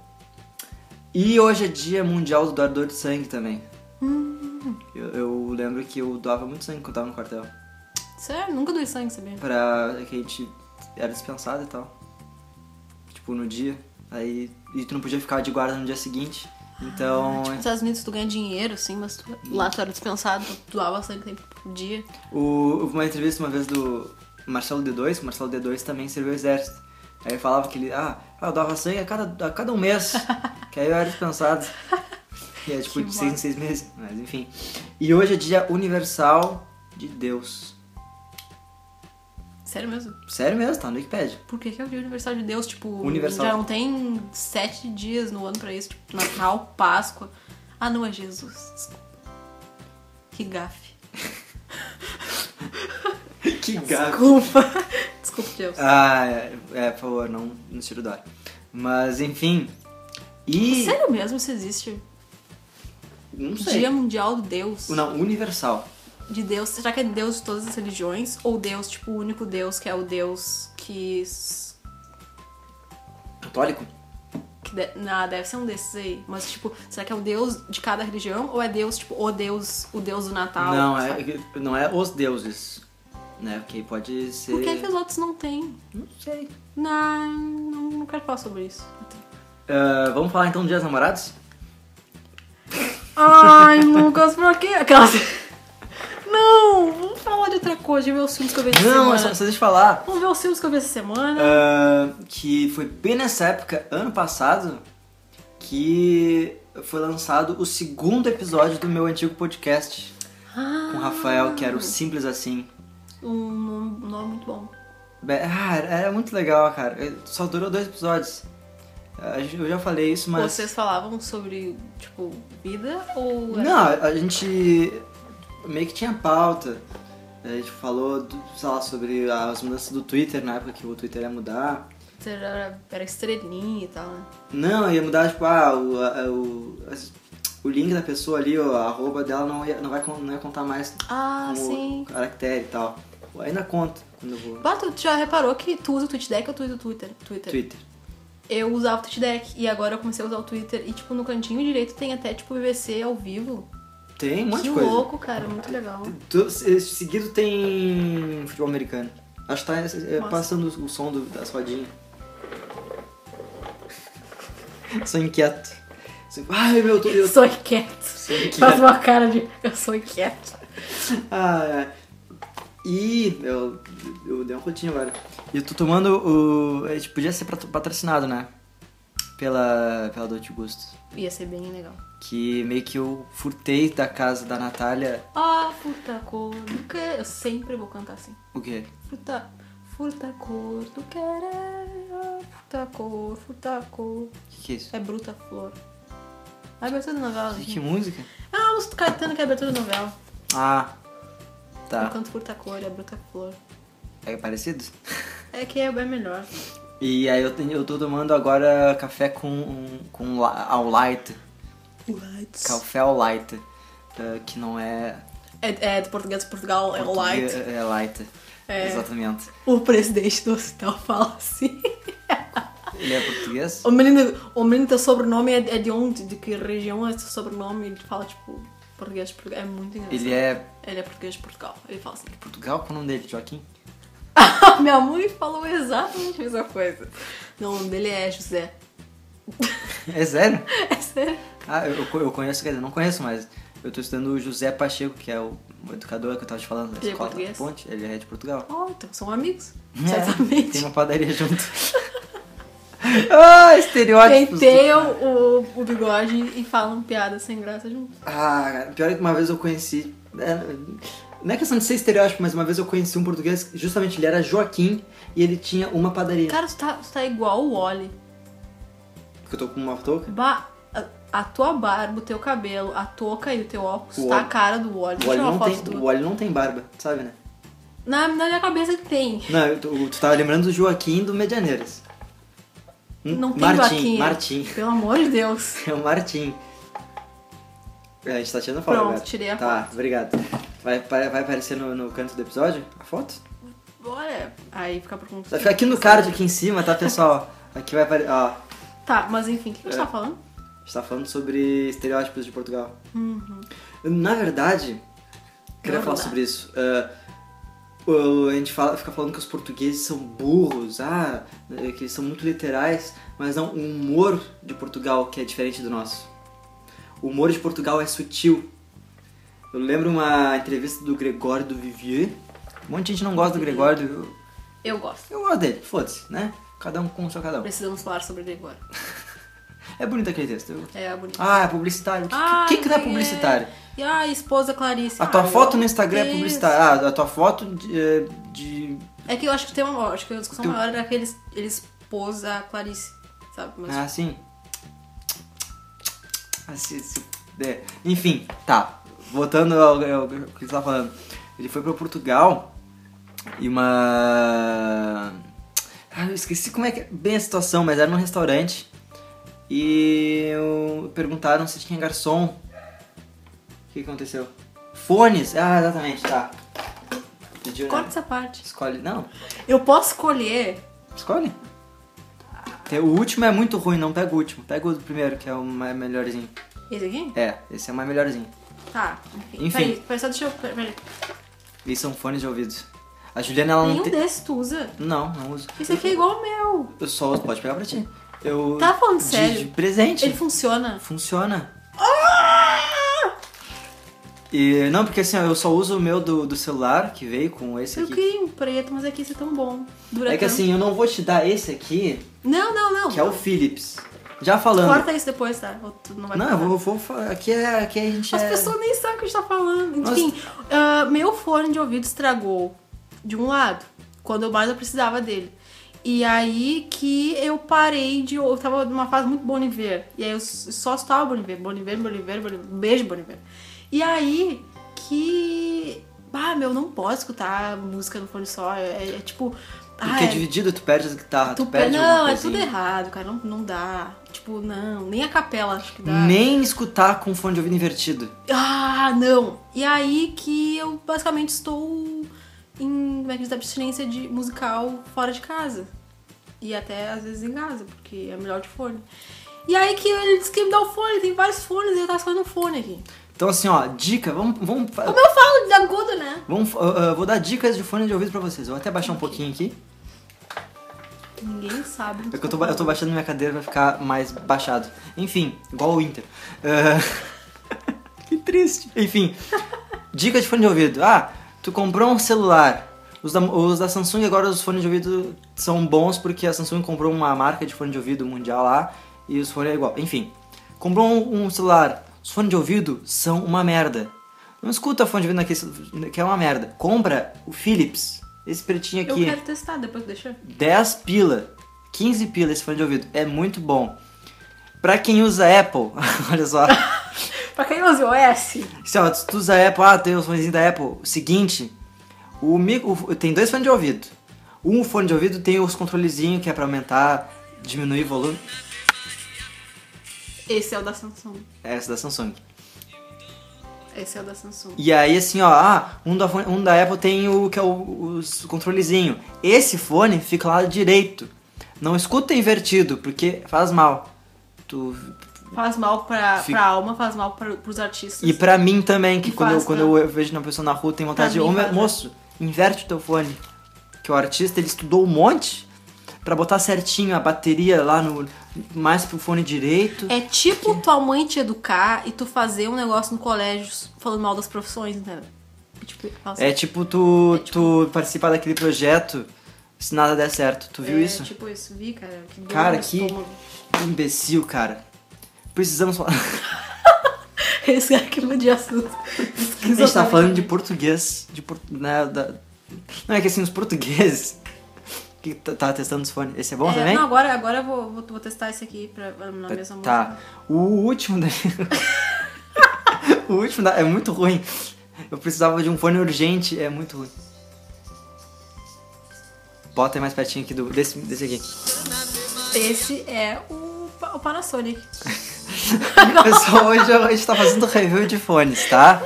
[SPEAKER 1] E hoje é dia mundial do doador de sangue também.
[SPEAKER 2] Hum.
[SPEAKER 1] Eu, eu lembro que eu doava muito sangue quando tava no quartel.
[SPEAKER 2] Sério, nunca doei sangue, sabia? Tipo,
[SPEAKER 1] Pra que a gente era dispensado e tal. Tipo, no dia. Aí. E tu não podia ficar de guarda no dia seguinte. Então.
[SPEAKER 2] Tipo, nos Estados Unidos tu ganha dinheiro, sim, mas tu- lá tu era dispensado, tu doava sangue tempo por dia.
[SPEAKER 1] O, houve uma entrevista uma vez do Marcelo D2, o Marcelo D2 também serviu o exército. Aí ele falava que ele, ah, ah, eu dava sangue a cada, a cada um mês, que aí eu era dispensado. E é tipo
[SPEAKER 2] Que
[SPEAKER 1] de seis em
[SPEAKER 2] massa.
[SPEAKER 1] seis meses, mas enfim. E hoje é dia universal de Deus.
[SPEAKER 2] Sério mesmo?
[SPEAKER 1] Sério mesmo, tá no Wikipedia.
[SPEAKER 2] Por que, que é o dia universal de Deus? Tipo,
[SPEAKER 1] Universal.
[SPEAKER 2] já não tem sete dias no ano pra isso. Tipo, Natal, Páscoa. Ah, não, é Jesus. Desculpa. Que gafe.
[SPEAKER 1] que gato.
[SPEAKER 2] Desculpa. Desculpa, Deus.
[SPEAKER 1] Ah, é, é, por favor, não nos tira do ar. Mas enfim. E.
[SPEAKER 2] Sério mesmo isso existe?
[SPEAKER 1] Não
[SPEAKER 2] Dia
[SPEAKER 1] sei.
[SPEAKER 2] Mundial de Deus.
[SPEAKER 1] Não, universal.
[SPEAKER 2] De Deus. Será que é Deus de todas as religiões? Ou Deus, tipo, o único Deus que é o Deus que. s-
[SPEAKER 1] Católico?
[SPEAKER 2] que de... Não, deve ser um desses aí. Mas, tipo, será que é o Deus de cada religião? Ou é Deus, tipo, o Deus, o Deus do Natal?
[SPEAKER 1] Não,
[SPEAKER 2] sabe?
[SPEAKER 1] é, não é os deuses. Né? Porque pode ser.
[SPEAKER 2] Por que, que os outros não têm?
[SPEAKER 1] Não sei.
[SPEAKER 2] Não, não, não quero falar sobre isso.
[SPEAKER 1] Ah, vamos falar então de dias namorados?
[SPEAKER 2] Ai, Lucas, pra quê? Aquelas. Não, vamos falar de outra coisa, de ver os filmes que eu vi essa
[SPEAKER 1] Não,
[SPEAKER 2] semana.
[SPEAKER 1] só, só deixa eu falar.
[SPEAKER 2] Vamos ver os filmes que eu vi essa semana.
[SPEAKER 1] ah, que foi bem nessa época, ano passado, que foi lançado o segundo episódio do meu antigo podcast. com o Rafael, que era o Simples Assim.
[SPEAKER 2] Ah, Um nome, um nome muito bom.
[SPEAKER 1] Be- Ah, era- era muito legal, cara. Eu- Só durou dois episódios. A gente- Eu já falei isso, mas.
[SPEAKER 2] Vocês falavam sobre, tipo, vida ou... era-
[SPEAKER 1] Não, a gente meio que tinha pauta. A gente falou, do- sei lá, sobre as mudanças do Twitter na época que o Twitter ia mudar.
[SPEAKER 2] Era, era estrelinha e tal, né?
[SPEAKER 1] Não, ia mudar, tipo, ah, o, a- o, as- o link da pessoa ali, ó, a arroba dela não, ia- não, vai, con- não ia contar mais
[SPEAKER 2] Ah,
[SPEAKER 1] como
[SPEAKER 2] sim.
[SPEAKER 1] caractere e tal. Eu ainda conto quando eu vou no
[SPEAKER 2] Bah, tu já reparou que tu usa o TweetDeck ou tu usa o Twitter? Twitter.
[SPEAKER 1] Twitter.
[SPEAKER 2] Eu usava o TweetDeck e agora eu comecei a usar o Twitter. E, tipo, no cantinho direito tem até, tipo, BBC ao vivo.
[SPEAKER 1] Tem um monte
[SPEAKER 2] que
[SPEAKER 1] de coisa.
[SPEAKER 2] louco, cara. Muito legal.
[SPEAKER 1] Tu- se- seguido tem futebol americano. Acho que tá é,
[SPEAKER 2] Massa.
[SPEAKER 1] passando o som do, das rodinhas. Sou inquieto. Sou- Ai meu, eu tô. Eu
[SPEAKER 2] Sou inquieto.
[SPEAKER 1] sou
[SPEAKER 2] Faz
[SPEAKER 1] inquieto.
[SPEAKER 2] uma cara de... Eu sou inquieto.
[SPEAKER 1] Ah, e eu, eu dei um rotinho agora. E eu tô tomando o. A gente podia ser patro- patrocinado, né? Pela. Pela Dolce Gusto.
[SPEAKER 2] Ia ser bem legal.
[SPEAKER 1] Que meio que eu furtei da casa da Natália.
[SPEAKER 2] Ah, furta a cor do que... Eu sempre vou cantar assim.
[SPEAKER 1] O quê?
[SPEAKER 2] Furta... Furta a cor do querer. ah, Furta a cor, furta a cor.
[SPEAKER 1] O que, que é isso?
[SPEAKER 2] É Bruta Flor. É A abertura da novela.
[SPEAKER 1] Que,
[SPEAKER 2] gente.
[SPEAKER 1] que música?
[SPEAKER 2] Ah, a música do Caetano que é a abertura da novela.
[SPEAKER 1] Ah. Tá.
[SPEAKER 2] Eu canto curta cor e a bruta flor.
[SPEAKER 1] É parecido?
[SPEAKER 2] É que é bem melhor.
[SPEAKER 1] E aí eu, tenho- eu tô tomando agora café com, com la- ao light,
[SPEAKER 2] Lights.
[SPEAKER 1] café ao light, eh, que não é...
[SPEAKER 2] É, é do português de Portugal, é o
[SPEAKER 1] português,
[SPEAKER 2] light.
[SPEAKER 1] É light,
[SPEAKER 2] É.
[SPEAKER 1] exatamente.
[SPEAKER 2] O presidente do hospital fala assim.
[SPEAKER 1] Ele é português?
[SPEAKER 2] O menino, o menino teu sobrenome é, é de onde? De que região é seu sobrenome? Ele fala, tipo, português de Portugal. É muito engraçado.
[SPEAKER 1] Ele é
[SPEAKER 2] Ele é português de Portugal. Ele fala assim.
[SPEAKER 1] Portugal? Qual é o nome dele? Joaquim?
[SPEAKER 2] Minha mãe falou exatamente a mesma coisa. Não, o nome dele é José.
[SPEAKER 1] É sério?
[SPEAKER 2] É sério.
[SPEAKER 1] Ah, eu, eu conheço, quer dizer, não conheço, mas eu tô estudando o José Pacheco, que é o, o educador que eu tava te falando da
[SPEAKER 2] Ele é
[SPEAKER 1] escola da
[SPEAKER 2] português?
[SPEAKER 1] ponte. Ele é de Portugal.
[SPEAKER 2] Oh, então são amigos.
[SPEAKER 1] É,
[SPEAKER 2] certamente.
[SPEAKER 1] tem uma padaria junto. ah, estereótipos. do-
[SPEAKER 2] Penteiam o, o bigode e falam piadas sem graça junto.
[SPEAKER 1] Ah, cara, pior é que uma vez eu conheci. é, Não é questão de ser estereótipo, mas uma vez eu conheci um português, que justamente ele era Joaquim e ele tinha uma padaria.
[SPEAKER 2] Cara, tu tá, tu tá igual o Wally.
[SPEAKER 1] Porque eu tô com uma touca.
[SPEAKER 2] Ba- a, a tua barba, o teu cabelo, a touca e o teu óculos,
[SPEAKER 1] O
[SPEAKER 2] tá
[SPEAKER 1] Wally-
[SPEAKER 2] a cara do Wally.
[SPEAKER 1] O
[SPEAKER 2] Deixa eu
[SPEAKER 1] Oli
[SPEAKER 2] tirar
[SPEAKER 1] não,
[SPEAKER 2] uma
[SPEAKER 1] tem,
[SPEAKER 2] foto
[SPEAKER 1] o
[SPEAKER 2] tua.
[SPEAKER 1] Oli não tem barba, tu sabe, né?
[SPEAKER 2] Na, na minha cabeça ele tem.
[SPEAKER 1] Não, eu, tu, tu tava lembrando do Joaquim do Medianeiras. Hum,
[SPEAKER 2] Não tem
[SPEAKER 1] Martim,
[SPEAKER 2] vaquinha.
[SPEAKER 1] Martim.
[SPEAKER 2] Pelo amor de Deus.
[SPEAKER 1] É o Martim. É, A gente tá tirando a foto
[SPEAKER 2] Pronto,
[SPEAKER 1] agora.
[SPEAKER 2] tirei a
[SPEAKER 1] Tá, obrigado. Vai, vai vai aparecer no, no canto do episódio a foto?
[SPEAKER 2] Bora. Aí fica por conta.
[SPEAKER 1] Vai ficar aqui no card, aqui em cima, tá, pessoal? Aqui vai aparecer, ó.
[SPEAKER 2] Tá, mas enfim, o que, que a gente
[SPEAKER 1] É.
[SPEAKER 2] tá falando?
[SPEAKER 1] está falando sobre estereótipos de Portugal.
[SPEAKER 2] Uhum.
[SPEAKER 1] Na verdade, queria
[SPEAKER 2] Na
[SPEAKER 1] falar
[SPEAKER 2] verdade.
[SPEAKER 1] sobre isso. Ah, o- a gente fala, fica falando que os portugueses são burros, ah, eh, que eles são muito literais, mas não, o humor de Portugal que é diferente do nosso. O humor de Portugal é sutil. Eu lembro uma entrevista do Gregório do Vivier. Um monte de gente não
[SPEAKER 2] Uhum.
[SPEAKER 1] gosta do Gregório. do-
[SPEAKER 2] Eu gosto.
[SPEAKER 1] Eu gosto dele, foda-se, né? Cada um com o seu cada um.
[SPEAKER 2] Precisamos falar sobre ele agora.
[SPEAKER 1] É bonito aquele texto. eu-
[SPEAKER 2] É bonito.
[SPEAKER 1] Ah, é publicitário. O que,
[SPEAKER 2] Ah,
[SPEAKER 1] que, que não é
[SPEAKER 2] não sei.
[SPEAKER 1] publicitário?
[SPEAKER 2] E a esposa Clarice.
[SPEAKER 1] A tua
[SPEAKER 2] Ah,
[SPEAKER 1] foto
[SPEAKER 2] eu-
[SPEAKER 1] no Instagram é
[SPEAKER 2] Isso.
[SPEAKER 1] publicitária. Ah, a tua foto de. eh, de-
[SPEAKER 2] É que eu acho que tem uma. Acho que a discussão
[SPEAKER 1] Tem um-
[SPEAKER 2] maior era que eles, eles pôs a Clarice, sabe? Mas
[SPEAKER 1] Ah, assim. Assim, se- é. Enfim, tá. Voltando ao, ao- ao que você tava falando. Ele foi pra Portugal e uma. Ah, eu esqueci como é que é bem a situação, mas era num restaurante. E eu- perguntaram se tinha garçom. O que aconteceu? Fones! Ah, exatamente, tá. Pediu, né?
[SPEAKER 2] corta essa parte.
[SPEAKER 1] Escolhe. Não,
[SPEAKER 2] Eu posso escolher.
[SPEAKER 1] Escolhe. Tem- O último é muito ruim, não pega o último. Pega o primeiro, que é o mais melhorzinho.
[SPEAKER 2] Esse aqui?
[SPEAKER 1] É, esse é o mais melhorzinho.
[SPEAKER 2] Tá, enfim.
[SPEAKER 1] Enfim.
[SPEAKER 2] Peraí, peraí, só deixa eu. Peraí.
[SPEAKER 1] E são fones de ouvido. A Juliana, ela
[SPEAKER 2] Nenhum
[SPEAKER 1] não tem...
[SPEAKER 2] desses tu usa.
[SPEAKER 1] Não, não uso.
[SPEAKER 2] Esse aqui é igual ao meu.
[SPEAKER 1] Eu só uso, pode pegar pra ti. Eu...
[SPEAKER 2] Tá falando
[SPEAKER 1] de-
[SPEAKER 2] sério?
[SPEAKER 1] De presente.
[SPEAKER 2] Ele Ah! funciona.
[SPEAKER 1] Funciona. E, não, porque assim, ó, eu só uso o meu do, do celular, que veio com esse
[SPEAKER 2] Eu
[SPEAKER 1] aqui.
[SPEAKER 2] queria um preto, mas aqui esse é tão bom. Dura
[SPEAKER 1] É que
[SPEAKER 2] tanto.
[SPEAKER 1] assim, eu não vou te dar esse aqui,
[SPEAKER 2] Não, não, não.
[SPEAKER 1] que é o Philips. Já falando.
[SPEAKER 2] Corta isso depois, tá? Ou tu não vai
[SPEAKER 1] Não,
[SPEAKER 2] cortar.
[SPEAKER 1] eu vou, vou falar. Aqui, é, aqui a gente
[SPEAKER 2] As
[SPEAKER 1] é.
[SPEAKER 2] pessoas nem sabem o que a gente tá falando.
[SPEAKER 1] Nós-
[SPEAKER 2] Enfim, ah, meu fone de ouvido estragou de um lado, quando eu mais eu precisava dele. E aí que eu parei de. Eu tava numa fase muito Boniver. E aí eu s- só estava Boniver, Boniver, Boniver, Boniver. Beijo, Boniver. E aí que. Ah, meu, não posso escutar música no fone só. É, é tipo. ah,
[SPEAKER 1] Porque é
[SPEAKER 2] é-
[SPEAKER 1] dividido, tu perde as guitarras, tu,
[SPEAKER 2] tu-
[SPEAKER 1] perde
[SPEAKER 2] Não,
[SPEAKER 1] alguma
[SPEAKER 2] é tudo
[SPEAKER 1] coisinha.
[SPEAKER 2] errado, cara. Não, não dá. Tipo, não. Nem a capela acho que dá.
[SPEAKER 1] Nem escutar com fone de ouvido invertido.
[SPEAKER 2] Ah, não! E aí que eu basicamente estou em como é que diz, abstinência de musical fora de casa. E até às vezes em casa, porque é melhor de fone. E aí que ele disse que ia me dá o fone, tem vários fones e eu tava escolhendo um fone aqui.
[SPEAKER 1] Então assim, ó, dica, vamos. vamos, fa-
[SPEAKER 2] Como eu falo de agudo, né?
[SPEAKER 1] vamos ah, ah, vou dar dicas de fone de ouvido pra vocês. Vou até baixar um pouquinho aqui.
[SPEAKER 2] Ninguém sabe.
[SPEAKER 1] É que eu tô, ba- eu tô baixando minha cadeira pra ficar mais baixado. Enfim, igual o Inter. Ah, que triste. Enfim, dica de fone de ouvido. Ah, tu comprou um celular. Os da, os da Samsung agora, os fones de ouvido são bons porque a Samsung comprou uma marca de fone de ouvido mundial lá e os fones é igual. Enfim, comprou um, um celular. Os fones de ouvido são uma merda. Não escuta fone de ouvido naquele, que é uma merda. Compra o Philips. Esse pretinho
[SPEAKER 2] Eu
[SPEAKER 1] aqui.
[SPEAKER 2] quero testar, depois deixa.
[SPEAKER 1] 10 pila, 15 pila esse fone de ouvido. É muito bom. Pra quem usa Apple, olha só.
[SPEAKER 2] Pra quem usa o S,
[SPEAKER 1] Se ó, se tu usa Apple, ah, tem os fonezinhos da Apple. Seguinte, o micro, o- tem dois fones de ouvido. Um fone de ouvido tem os controlezinhos que é pra aumentar, diminuir o volume.
[SPEAKER 2] esse é o da Samsung.
[SPEAKER 1] É Essa da Samsung.
[SPEAKER 2] Esse é o da Samsung.
[SPEAKER 1] E aí, assim, ó, ah, um da, fone- um da Apple tem o que é o, os controlezinho. Esse fone fica lá direito. Não escuta invertido, porque faz mal. Tu
[SPEAKER 2] Faz mal pra,
[SPEAKER 1] Fica-
[SPEAKER 2] pra alma, faz mal pra, pros artistas.
[SPEAKER 1] E pra mim também, que
[SPEAKER 2] E
[SPEAKER 1] quando, eu,
[SPEAKER 2] faz,
[SPEAKER 1] quando
[SPEAKER 2] né?
[SPEAKER 1] eu vejo uma pessoa na rua, tem vontade de.
[SPEAKER 2] Pra
[SPEAKER 1] Ô,
[SPEAKER 2] mim
[SPEAKER 1] meu-
[SPEAKER 2] faz, né?
[SPEAKER 1] moço, inverte o teu fone. Que o artista, ele estudou um monte pra botar certinho a bateria lá no. Mais pro fone direito.
[SPEAKER 2] É tipo tua mãe te educar e tu fazer um negócio no colégio falando mal das profissões, entendeu? Tipo, fala assim,
[SPEAKER 1] É, tipo tu,
[SPEAKER 2] É tipo-
[SPEAKER 1] tu participar daquele projeto se nada der certo. Tu viu
[SPEAKER 2] é
[SPEAKER 1] isso?
[SPEAKER 2] Tipo isso, vi, cara. Que dor
[SPEAKER 1] Cara,
[SPEAKER 2] no
[SPEAKER 1] que-
[SPEAKER 2] estômago.
[SPEAKER 1] Que imbecil, cara. Precisamos falar.
[SPEAKER 2] Esse é que muda de assunto.
[SPEAKER 1] A gente tá falando de português. De por... né, da- Não é que assim, os portugueses. Que tá- tá testando os fones. Esse é bom
[SPEAKER 2] É,
[SPEAKER 1] também?
[SPEAKER 2] Não, agora, agora eu vou, vou, vou testar esse aqui pra, na mesma
[SPEAKER 1] Tá.
[SPEAKER 2] música.
[SPEAKER 1] O último da. o último da... é muito ruim. Eu precisava de um fone urgente, é muito ruim. Bota aí mais pertinho aqui do desse, desse aqui.
[SPEAKER 2] Esse é o, Pa- o Panasonic.
[SPEAKER 1] Pessoal, hoje a gente tá fazendo review de fones, tá?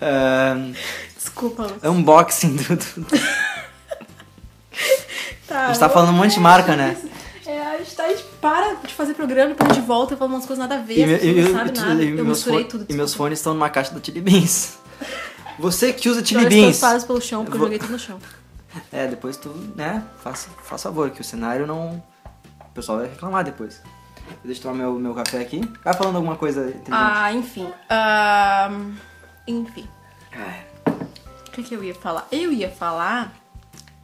[SPEAKER 1] Ahn,
[SPEAKER 2] Desculpa. mas-
[SPEAKER 1] unboxing do, do- A
[SPEAKER 2] Tá,
[SPEAKER 1] gente tá
[SPEAKER 2] vamos-
[SPEAKER 1] falando um monte de
[SPEAKER 2] é,
[SPEAKER 1] marca, né?
[SPEAKER 2] É, a gente tá, a gente para de fazer programa, depois a gente volta e fala umas coisas nada a ver,
[SPEAKER 1] e,
[SPEAKER 2] as
[SPEAKER 1] meu- e-
[SPEAKER 2] pessoas
[SPEAKER 1] e-
[SPEAKER 2] não sabem nada.
[SPEAKER 1] e
[SPEAKER 2] Eu
[SPEAKER 1] meus
[SPEAKER 2] misturei
[SPEAKER 1] fone-
[SPEAKER 2] tudo.
[SPEAKER 1] e meus
[SPEAKER 2] desculpa.
[SPEAKER 1] fones estão numa caixa da Tilly Beans. Você que usa Tilly
[SPEAKER 2] Agora é eu
[SPEAKER 1] Beans.
[SPEAKER 2] estou espalhadas pelo chão, porque eu
[SPEAKER 1] Vou-
[SPEAKER 2] joguei tudo no chão.
[SPEAKER 1] É, depois tu, né, faça, faça favor, que o cenário não. O pessoal vai reclamar depois. Deixa eu tomar meu, meu café aqui. Vai falando alguma coisa inteligente.
[SPEAKER 2] Ah, enfim. Ahn, enfim.
[SPEAKER 1] Ai,
[SPEAKER 2] O que, que eu ia falar? Eu ia falar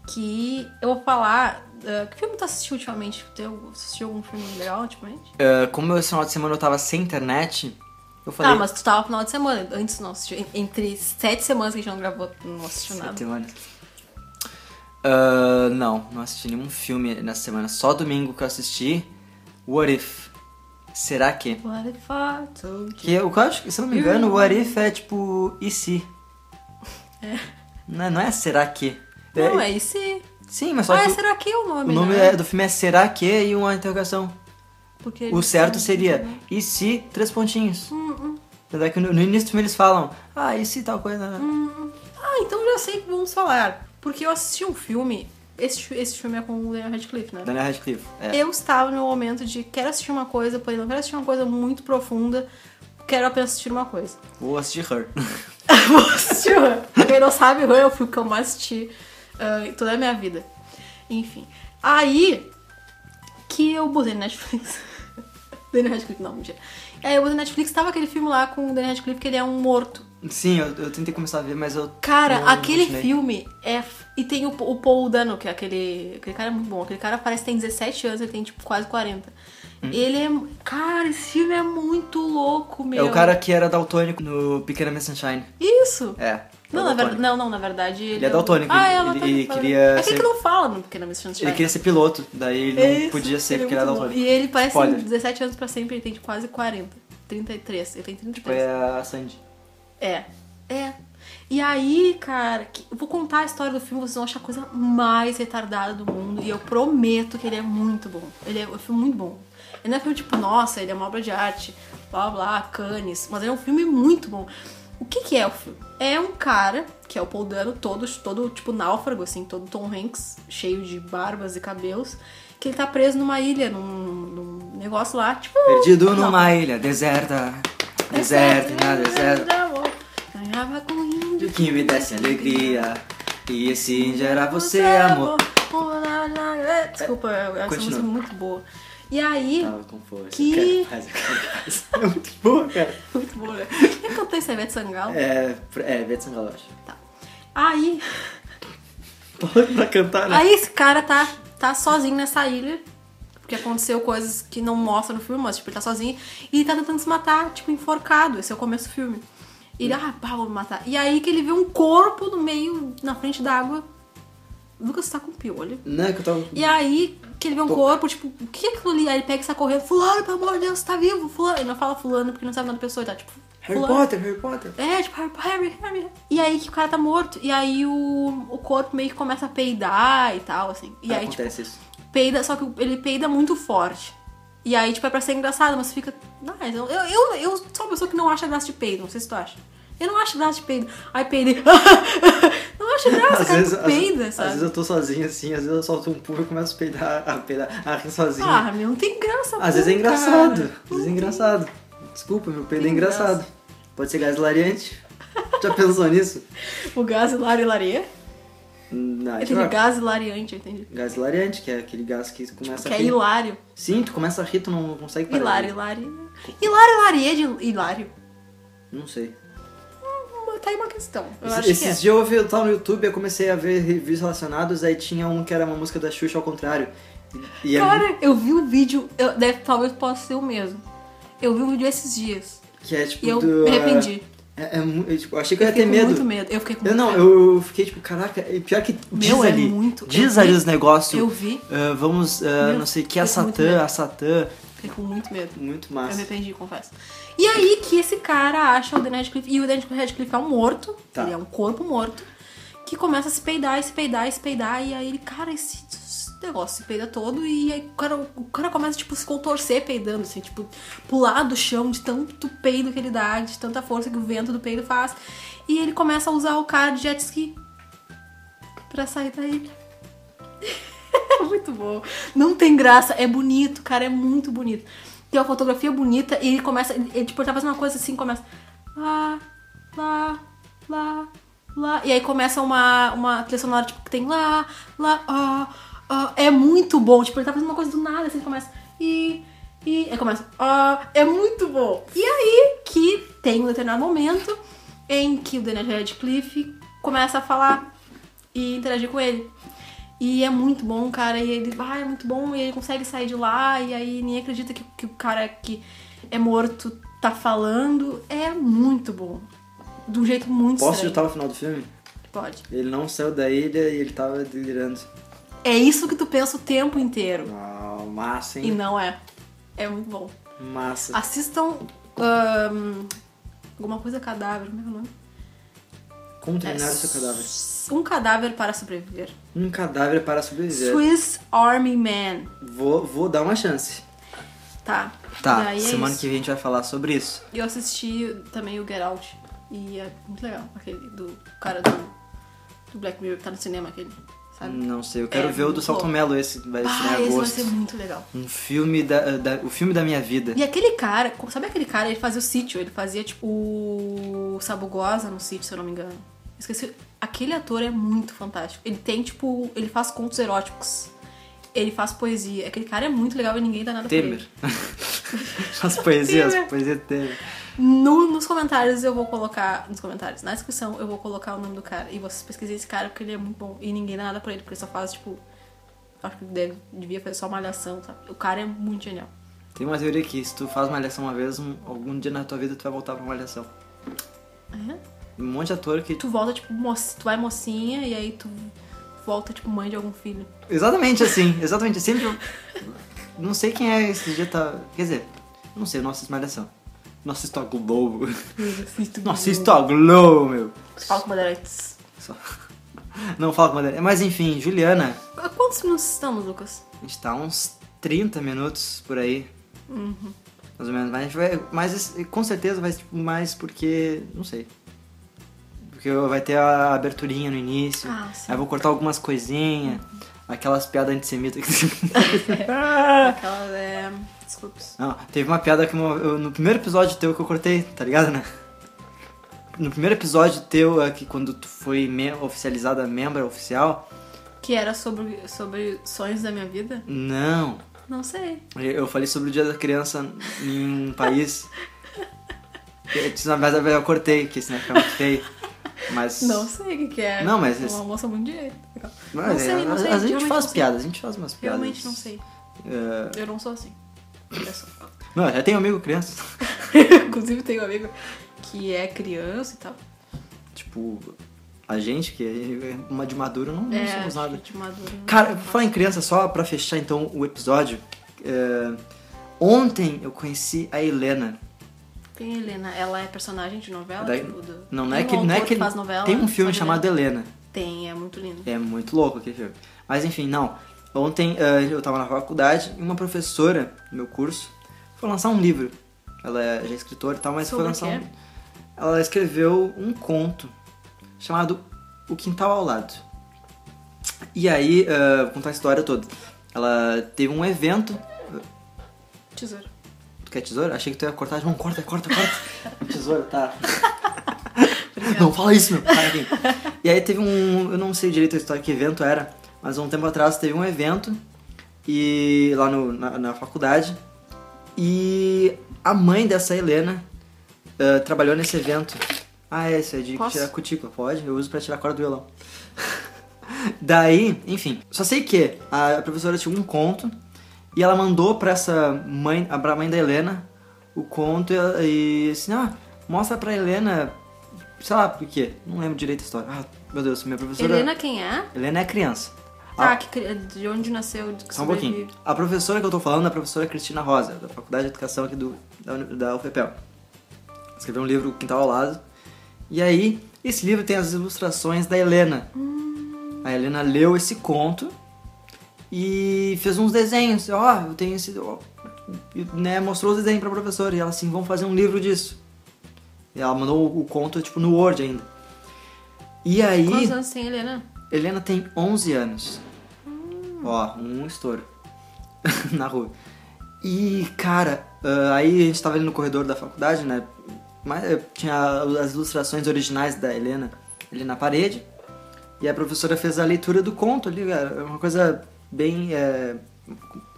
[SPEAKER 2] que. Eu vou falar. ah, que filme tu assistiu ultimamente? Tem algum- assistiu algum filme legal ultimamente?
[SPEAKER 1] ah, como esse final de semana eu tava sem internet, eu falei.
[SPEAKER 2] Tá, mas tu tava no final de semana. Antes não assistiu. En- Entre sete semanas que a gente não gravou, tu não assistiu
[SPEAKER 1] Sete
[SPEAKER 2] nada.
[SPEAKER 1] semanas. Ah, não, não assisti nenhum filme nessa semana. Só domingo que eu assisti. What If? Será que?
[SPEAKER 2] What if I told you?
[SPEAKER 1] Que eu acho que, se eu não me engano, o What If é tipo. E se?
[SPEAKER 2] É.
[SPEAKER 1] Não é, não é será que?
[SPEAKER 2] Não, é isso.
[SPEAKER 1] Sim, mas só
[SPEAKER 2] Ah,
[SPEAKER 1] que.
[SPEAKER 2] será que é o nome?
[SPEAKER 1] O nome
[SPEAKER 2] né?
[SPEAKER 1] é- do filme é Será que e uma interrogação.
[SPEAKER 2] Porque
[SPEAKER 1] O
[SPEAKER 2] eles-
[SPEAKER 1] certo seria e se três pontinhos.
[SPEAKER 2] né? Hum, hum,
[SPEAKER 1] Tanto é que no, no início do filme eles falam, ah, e se tal coisa. né?
[SPEAKER 2] hum. Ah, então já sei o que vamos falar. Porque eu assisti um filme. Esse, esse filme é com o Daniel Radcliffe, né?
[SPEAKER 1] Daniel Radcliffe. É.
[SPEAKER 2] Eu estava no meu momento de quero assistir uma coisa, porém não quero assistir uma coisa muito profunda, quero apenas assistir uma coisa.
[SPEAKER 1] Vou assistir Her.
[SPEAKER 2] Vou assistir Run. Quem não sabe, Run é o filme que eu mais assisti ah, em toda a minha vida. Enfim. Aí que eu botei no Netflix. Daniel Radcliffe, não, mentira. Aí eu botei no Netflix, tava aquele filme lá com o Daniel Radcliffe que ele é um morto.
[SPEAKER 1] Sim, eu, eu tentei começar a ver, mas eu.
[SPEAKER 2] Cara,
[SPEAKER 1] não
[SPEAKER 2] aquele
[SPEAKER 1] continuei.
[SPEAKER 2] filme é. f- E tem o, o Paul Dano, que é aquele. Aquele cara é muito bom. Aquele cara parece que tem 17 anos, ele tem tipo quase 40. Ele é. Cara, esse filme é muito louco,
[SPEAKER 1] Hum. É
[SPEAKER 2] meu.
[SPEAKER 1] o cara que era daltônico no Pequena Miss Sunshine.
[SPEAKER 2] Isso!
[SPEAKER 1] É.
[SPEAKER 2] Não,
[SPEAKER 1] é
[SPEAKER 2] na
[SPEAKER 1] daltônico.
[SPEAKER 2] verdade, não, não, na verdade. Ele,
[SPEAKER 1] é daltônico,
[SPEAKER 2] Ah,
[SPEAKER 1] ele-
[SPEAKER 2] é
[SPEAKER 1] ele-
[SPEAKER 2] daltônico.
[SPEAKER 1] ele
[SPEAKER 2] claro.
[SPEAKER 1] queria
[SPEAKER 2] É aquele
[SPEAKER 1] ser-
[SPEAKER 2] que não fala no Pequena é Miss Sunshine.
[SPEAKER 1] Ele queria ser piloto, daí ele não
[SPEAKER 2] Isso,
[SPEAKER 1] podia ser
[SPEAKER 2] ele é
[SPEAKER 1] porque era
[SPEAKER 2] muito bom.
[SPEAKER 1] daltônico.
[SPEAKER 2] E ele parece
[SPEAKER 1] Spoiler.
[SPEAKER 2] 17 anos pra sempre, ele tem tipo, quase 40. 33, ele tem 33.
[SPEAKER 1] Foi a Sandy.
[SPEAKER 2] É, é. E aí, cara, que- eu vou contar a história do filme, vocês vão achar a coisa mais retardada do mundo. E eu prometo que ele é muito bom. Ele é um filme muito bom. Ele não é filme tipo, nossa, ele é uma obra de arte, blá blá, canes. Mas ele é um filme muito bom. O que que é o filme? É um cara, que é o Paul Dano, todo, todo tipo náufrago, assim, todo Tom Hanks, cheio de barbas e cabelos, que ele tá preso numa ilha, num, num negócio lá, tipo...
[SPEAKER 1] Perdido
[SPEAKER 2] não. né?
[SPEAKER 1] numa ilha deserta. Deserta, na deserta.
[SPEAKER 2] Sonhava com um índio
[SPEAKER 1] Que me desse alegria. E esse índio era você,
[SPEAKER 2] é
[SPEAKER 1] amor.
[SPEAKER 2] Desculpa, essa
[SPEAKER 1] Continua.
[SPEAKER 2] música é muito boa. E aí,
[SPEAKER 1] Tava com força.
[SPEAKER 2] Que-
[SPEAKER 1] cara, faz a coisa. É muito boa, cara.
[SPEAKER 2] muito boa, né? Eu cantei isso, é Ivete Sangalo.
[SPEAKER 1] É, é Beto Sangalo, eu acho.
[SPEAKER 2] Tá. Aí,
[SPEAKER 1] Pode pra cantar, né?
[SPEAKER 2] aí esse cara tá, tá sozinho nessa ilha. Porque aconteceu coisas que não mostra no filme, mas tipo, ele tá sozinho. E ele tá tentando se matar, tipo, enforcado. Esse é o começo do filme. E
[SPEAKER 1] Hum.
[SPEAKER 2] ele, ah, pá, vou me matar. E aí que ele vê um corpo no meio, na frente d'água. Lucas tá com piolho.
[SPEAKER 1] Não, é que eu tava.
[SPEAKER 2] E aí que ele vê um corpo, tipo, o que é aquilo ali? Aí ele pega e sai correndo, fulano, pelo amor de Deus, tá vivo, fulano. Ele não fala fulano porque não sabe o nome da pessoa, ele tá tipo,
[SPEAKER 1] Harry
[SPEAKER 2] fulano.
[SPEAKER 1] Potter, Harry Potter.
[SPEAKER 2] É, tipo, Harry, Harry, Harry. E aí que o cara tá morto. E aí o, o corpo meio que começa a peidar e tal, assim. E aí, tipo,
[SPEAKER 1] Ah, acontece isso.
[SPEAKER 2] peida, só que ele peida muito forte. E aí, tipo, é pra ser engraçado, mas fica. Ah, eu, eu, eu, eu sou uma pessoa que não acha graça de peido, não sei se tu acha. Eu não acho graça de peido. Aí peidei. não acho graça, cara, tu peida,
[SPEAKER 1] às,
[SPEAKER 2] sabe?
[SPEAKER 1] às vezes eu tô sozinho assim, às vezes eu solto um pulo e começo a peidar, a peidar, a rir sozinho.
[SPEAKER 2] Ah, meu, não tem graça.
[SPEAKER 1] às vezes é
[SPEAKER 2] não,
[SPEAKER 1] engraçado,
[SPEAKER 2] cara.
[SPEAKER 1] às vezes é engraçado. Desculpa, meu peido é
[SPEAKER 2] Tem graça.
[SPEAKER 1] engraçado. Pode ser gás hilariante. Já pensou nisso?
[SPEAKER 2] O gás hilário lareia.
[SPEAKER 1] Não,
[SPEAKER 2] Aquele
[SPEAKER 1] não.
[SPEAKER 2] gás hilariante, eu entendi.
[SPEAKER 1] Gás hilariante, que é aquele gás que começa
[SPEAKER 2] Que
[SPEAKER 1] a
[SPEAKER 2] é
[SPEAKER 1] rir.
[SPEAKER 2] hilário.
[SPEAKER 1] Sim, tu começa a rir, tu não consegue parar.
[SPEAKER 2] Hilário, hilário. Hilário, hilaria de hilário.
[SPEAKER 1] Não sei.
[SPEAKER 2] Hum, Tá aí uma questão. Eu
[SPEAKER 1] Esses
[SPEAKER 2] acho que
[SPEAKER 1] esses
[SPEAKER 2] é.
[SPEAKER 1] dias eu ouvi, eu tava no YouTube, eu comecei a ver reviews relacionados, aí tinha um que era uma música da Xuxa ao contrário. E é
[SPEAKER 2] Cara, eu vi um vídeo, eu, deve, talvez possa ser o mesmo. Eu vi um vídeo esses dias.
[SPEAKER 1] Que é tipo
[SPEAKER 2] E eu
[SPEAKER 1] do,
[SPEAKER 2] me arrependi.
[SPEAKER 1] é- é mu- eu, tipo, eu achei que eu, ia
[SPEAKER 2] fiquei
[SPEAKER 1] ter
[SPEAKER 2] com
[SPEAKER 1] medo.
[SPEAKER 2] muito medo. Eu fiquei com
[SPEAKER 1] Eu não,
[SPEAKER 2] muito
[SPEAKER 1] eu fiquei tipo, caraca, e pior que diz
[SPEAKER 2] Meu, é
[SPEAKER 1] ali.
[SPEAKER 2] muito-
[SPEAKER 1] diz
[SPEAKER 2] eu
[SPEAKER 1] ali
[SPEAKER 2] vi-
[SPEAKER 1] os negócios.
[SPEAKER 2] Eu vi,
[SPEAKER 1] ah, vamos, ah,
[SPEAKER 2] Meu,
[SPEAKER 1] não sei o que,
[SPEAKER 2] eu
[SPEAKER 1] a
[SPEAKER 2] fiquei muito
[SPEAKER 1] Satã,
[SPEAKER 2] medo.
[SPEAKER 1] a Satã.
[SPEAKER 2] fiquei com muito medo.
[SPEAKER 1] Muito
[SPEAKER 2] Eu me
[SPEAKER 1] massa.
[SPEAKER 2] arrependi, confesso. E aí que esse cara acha o Daniel Radcliffe. E o Daniel Radcliffe é um morto.
[SPEAKER 1] Tá.
[SPEAKER 2] Ele é um corpo morto. Que começa a se peidar, e se peidar, e se peidar. E aí ele, cara, esse, esse negócio se peida todo. E aí o cara, o cara começa, tipo, se contorcer peidando, assim, tipo, pular do chão de tanto peido que ele dá, de tanta força que o vento do peido faz. E ele começa a usar o cara de jet ski pra sair da ilha. É muito bom. Não tem graça, é bonito, cara, é muito bonito. Tem uma fotografia bonita e ele começa, ele, ele, tipo, ele tá fazendo uma coisa assim, começa lá, lá, lá, lá. E aí começa uma, uma trilha sonora, tipo, que tem lá, lá, ó, ó. É muito bom, tipo, ele tá fazendo uma coisa do nada, assim, ele começa e, e, aí começa, ó, é muito bom. E aí que tem um determinado momento em que o Daniel Radcliffe começa a falar e interagir com ele. E é muito bom, cara. E ele vai, é muito bom. E ele consegue sair de lá. E aí nem acredita que, que o cara que é morto tá falando. É muito bom. De um jeito muito
[SPEAKER 1] Posso
[SPEAKER 2] estranho.
[SPEAKER 1] chutar o final do filme?
[SPEAKER 2] Pode.
[SPEAKER 1] Ele não saiu da ilha e ele tava delirando.
[SPEAKER 2] É isso que tu pensa o tempo inteiro.
[SPEAKER 1] Ah, massa,
[SPEAKER 2] E
[SPEAKER 1] hein?
[SPEAKER 2] não é. É muito bom.
[SPEAKER 1] Massa.
[SPEAKER 2] Assistam. ahn, alguma coisa cadáver, como é que é o nome?
[SPEAKER 1] Como treinar o seu cadáver?
[SPEAKER 2] Ah, É, um cadáver para sobreviver.
[SPEAKER 1] Um cadáver para sobreviver.
[SPEAKER 2] Swiss Army Man.
[SPEAKER 1] Vou, vou dar uma chance.
[SPEAKER 2] Tá.
[SPEAKER 1] Tá,
[SPEAKER 2] Daí é
[SPEAKER 1] semana
[SPEAKER 2] isso.
[SPEAKER 1] que vem a gente vai falar sobre isso.
[SPEAKER 2] Eu assisti também o Get Out. E é muito legal. Aquele do cara do, do Black Mirror que tá no cinema, aquele. Sabe?
[SPEAKER 1] Não sei, eu quero
[SPEAKER 2] É,
[SPEAKER 1] ver o do
[SPEAKER 2] muito
[SPEAKER 1] Salto
[SPEAKER 2] bom.
[SPEAKER 1] Melo, Hum, esse vai
[SPEAKER 2] Ah,
[SPEAKER 1] estrear em
[SPEAKER 2] esse vai
[SPEAKER 1] agosto.
[SPEAKER 2] ser muito legal.
[SPEAKER 1] Um filme da, da- O filme da minha vida.
[SPEAKER 2] E aquele cara, co- sabe aquele cara? Ele fazia o sítio, ele fazia tipo o Sabugosa no sítio, se eu não me engano. Esqueci. Aquele ator é muito fantástico. Ele tem tipo. Ele faz contos eróticos. Ele faz poesia. Aquele cara é muito legal e ninguém dá nada pra ele.
[SPEAKER 1] Temer. As poesias,
[SPEAKER 2] Temer.
[SPEAKER 1] poesia do Temer.
[SPEAKER 2] No- nos comentários eu vou colocar. Nos comentários, na descrição eu vou colocar o nome do cara. E vocês pesquisem esse cara porque ele é muito bom. E ninguém dá nada pra ele, porque ele só faz, tipo. Acho que deve, devia fazer só malhação, sabe? O cara é muito genial.
[SPEAKER 1] Tem uma teoria que se tu faz malhação uma vez, um- algum dia na tua vida tu vai voltar pra malhação.
[SPEAKER 2] É.
[SPEAKER 1] Um monte de ator que.
[SPEAKER 2] Tu volta, tipo, moci... tu vai mocinha e aí tu volta, tipo, mãe de algum filho.
[SPEAKER 1] Exatamente assim, exatamente. Sempre. eu- Não sei quem é esse dia tá. Quer dizer, não sei, nossa malhação. Não assisto a Globo. Não assisto a Globo, meu.
[SPEAKER 2] Fala com Bandeirantes.
[SPEAKER 1] Só- Não falo com a Mas enfim, Juliana,
[SPEAKER 2] Qu- Quantos minutos estamos, Lucas?
[SPEAKER 1] a gente tá uns 30 minutos por aí. Mais ou menos. Mas, a gente vai, mas esse- com certeza vai ser tipo, mais porque. Não sei. Porque vai ter a aberturinha no início.
[SPEAKER 2] Ah, sim.
[SPEAKER 1] Aí eu vou cortar algumas coisinhas. Aquelas piadas antissemitas que.
[SPEAKER 2] Aquela é... Desculpas.
[SPEAKER 1] Não, teve uma piada que uma- eu- no primeiro episódio teu que eu cortei, tá ligado, né? No primeiro episódio teu, é que quando tu foi me- oficializada membra oficial,
[SPEAKER 2] Que era sobre, sobre sonhos da minha vida?
[SPEAKER 1] não.
[SPEAKER 2] Não sei.
[SPEAKER 1] Eu falei sobre o dia da criança em um país. Eu disse, na verdade, eu cortei, que senão fica muito feio. Mas.
[SPEAKER 2] Não sei o que, que é.
[SPEAKER 1] Não, mas
[SPEAKER 2] Uma
[SPEAKER 1] esse-
[SPEAKER 2] moça muito direita.
[SPEAKER 1] Mas,
[SPEAKER 2] não sei,
[SPEAKER 1] é,
[SPEAKER 2] não sei.
[SPEAKER 1] A, a gente
[SPEAKER 2] realmente
[SPEAKER 1] faz
[SPEAKER 2] não sei.
[SPEAKER 1] piadas, a gente faz umas piadas.
[SPEAKER 2] Realmente não sei.
[SPEAKER 1] É,
[SPEAKER 2] Eu não sou assim. Olha só.
[SPEAKER 1] não, já tem amigo criança.
[SPEAKER 2] Inclusive tem um amigo que é criança e tal.
[SPEAKER 1] tipo, a gente, que é uma de maduro, não, não
[SPEAKER 2] é,
[SPEAKER 1] somos nada.
[SPEAKER 2] gente madura. não
[SPEAKER 1] Cara, eu
[SPEAKER 2] faz.
[SPEAKER 1] vou falar em criança só pra fechar então o episódio. É, Ontem eu conheci a Helena.
[SPEAKER 2] Tem a Helena, ela é personagem de novela?
[SPEAKER 1] Da-
[SPEAKER 2] tipo, do-
[SPEAKER 1] Não, não
[SPEAKER 2] tem
[SPEAKER 1] é
[SPEAKER 2] um
[SPEAKER 1] que, não é
[SPEAKER 2] autor
[SPEAKER 1] que
[SPEAKER 2] faz novela,
[SPEAKER 1] tem um filme
[SPEAKER 2] sabe,
[SPEAKER 1] chamado
[SPEAKER 2] né?
[SPEAKER 1] Helena.
[SPEAKER 2] Tem, é muito lindo.
[SPEAKER 1] É muito louco aquele filme. Mas enfim, não. Ontem eh, eu tava na faculdade e uma professora do meu curso foi lançar um livro. Ela é- já é escritora e tal, mas foi
[SPEAKER 2] Sobre o
[SPEAKER 1] lançar
[SPEAKER 2] quê?
[SPEAKER 1] um. Ela escreveu um conto chamado O Quintal ao Lado. E aí, eh, vou contar a história toda. Ela teve um evento. É.
[SPEAKER 2] Tesouro.
[SPEAKER 1] Tu quer tesoura? Achei que tu ia cortar de mão. Corta, corta, corta. tesoura, tá. Não, fala isso, meu. Para aqui. E aí teve um. Eu não sei direito a história que evento era, mas um tempo atrás teve um evento e lá no- na, na faculdade. E a mãe dessa Helena eh, trabalhou nesse evento. Ah, é, isso é de
[SPEAKER 2] Posso?
[SPEAKER 1] tirar cutícula, pode? Eu uso pra tirar a corda do violão. Daí, enfim, só sei que a professora tinha um conto e ela mandou pra essa mãe, a- pra mãe da Helena, o conto e, ela- e assim, ah, mostra pra Helena, sei lá por quê, não lembro direito a história. Ah, meu Deus, minha professora.
[SPEAKER 2] Helena quem é?
[SPEAKER 1] Helena é criança.
[SPEAKER 2] Ah,
[SPEAKER 1] A-
[SPEAKER 2] que cri- de onde nasceu? de que
[SPEAKER 1] só um pouquinho.
[SPEAKER 2] sobrevive.
[SPEAKER 1] A professora que eu tô falando é a professora Cristina Rosa, da Faculdade de Educação aqui do, da, Uni- da UFPEL. Escreveu um livro, O Quintal ao Lado. E aí, esse livro tem as ilustrações da Helena. A Helena leu esse conto e fez uns desenhos. Ó, eu tenho esse. ó, e, né, mostrou os desenhos pra professora. E ela assim, vamos fazer um livro disso. E ela mandou o, o conto, tipo, no Word ainda. E aí.
[SPEAKER 2] Quantos anos tem a Helena?
[SPEAKER 1] Helena tem 11 anos. Ó, um estouro. Na rua. E, cara, ah, aí a gente tava ali no corredor da faculdade, né? Mas eh, tinha as ilustrações originais da Helena ali na parede. E a professora fez a leitura do conto ali, cara. É uma coisa bem. eh,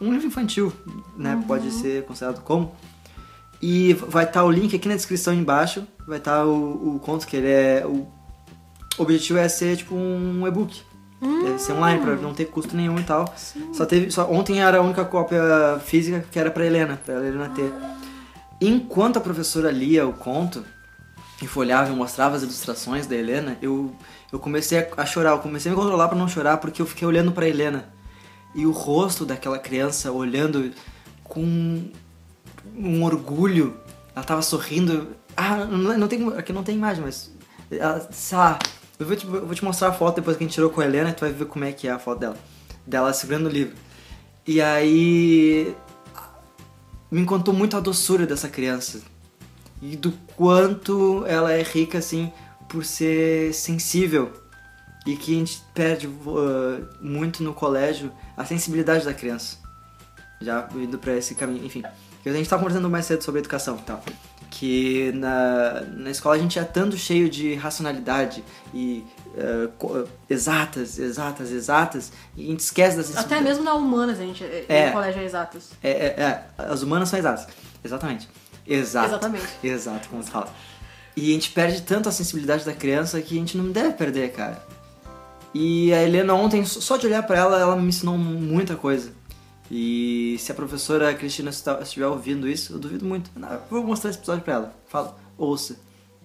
[SPEAKER 1] um livro infantil, né? Pode ser considerado como. E vai estar o link aqui na descrição embaixo. Vai estar o, o conto que ele é. O objetivo é ser tipo um e-book. Deve ser online pra não ter custo nenhum e tal. Só teve. Só, ontem era a única cópia física que era pra Helena, pra Helena ter. Enquanto a professora lia o conto e folhava e mostrava as ilustrações da Helena, eu, eu comecei a, a chorar, eu comecei a me controlar pra não chorar porque eu fiquei olhando pra Helena. E o rosto daquela criança olhando com um orgulho. Ela tava sorrindo. Ah, não, não tem, como- aqui não tem imagem, mas. Ela, sei lá. Eu vou, te, eu vou te mostrar a foto depois que a gente tirou com a Helena e tu vai ver como é que é a foto dela. Dela segurando o livro. E aí. Me encantou muito a doçura dessa criança. E do quanto ela é rica, assim, por ser sensível. E que a gente perde uh, muito no colégio a sensibilidade da criança já indo pra esse caminho, enfim. A gente tava conversando mais cedo sobre educação e tal. Que na, na escola a gente é tanto cheio de racionalidade e eh, co- exatas, exatas, exatas, e a gente esquece das
[SPEAKER 2] Até mesmo na Humanas, a gente, é.
[SPEAKER 1] É.
[SPEAKER 2] no colégio é exatas.
[SPEAKER 1] É, é, é, as humanas são exatas. Exatamente. Exato.
[SPEAKER 2] Exatamente.
[SPEAKER 1] Exato, como se fala. E a gente perde tanto a sensibilidade da criança que a gente não deve perder, cara. E a Helena ontem, só de olhar pra ela, ela me ensinou muita coisa. E se a professora Cristina está- estiver ouvindo isso, eu duvido muito. Não, eu vou mostrar esse episódio pra ela. Fala, ouça.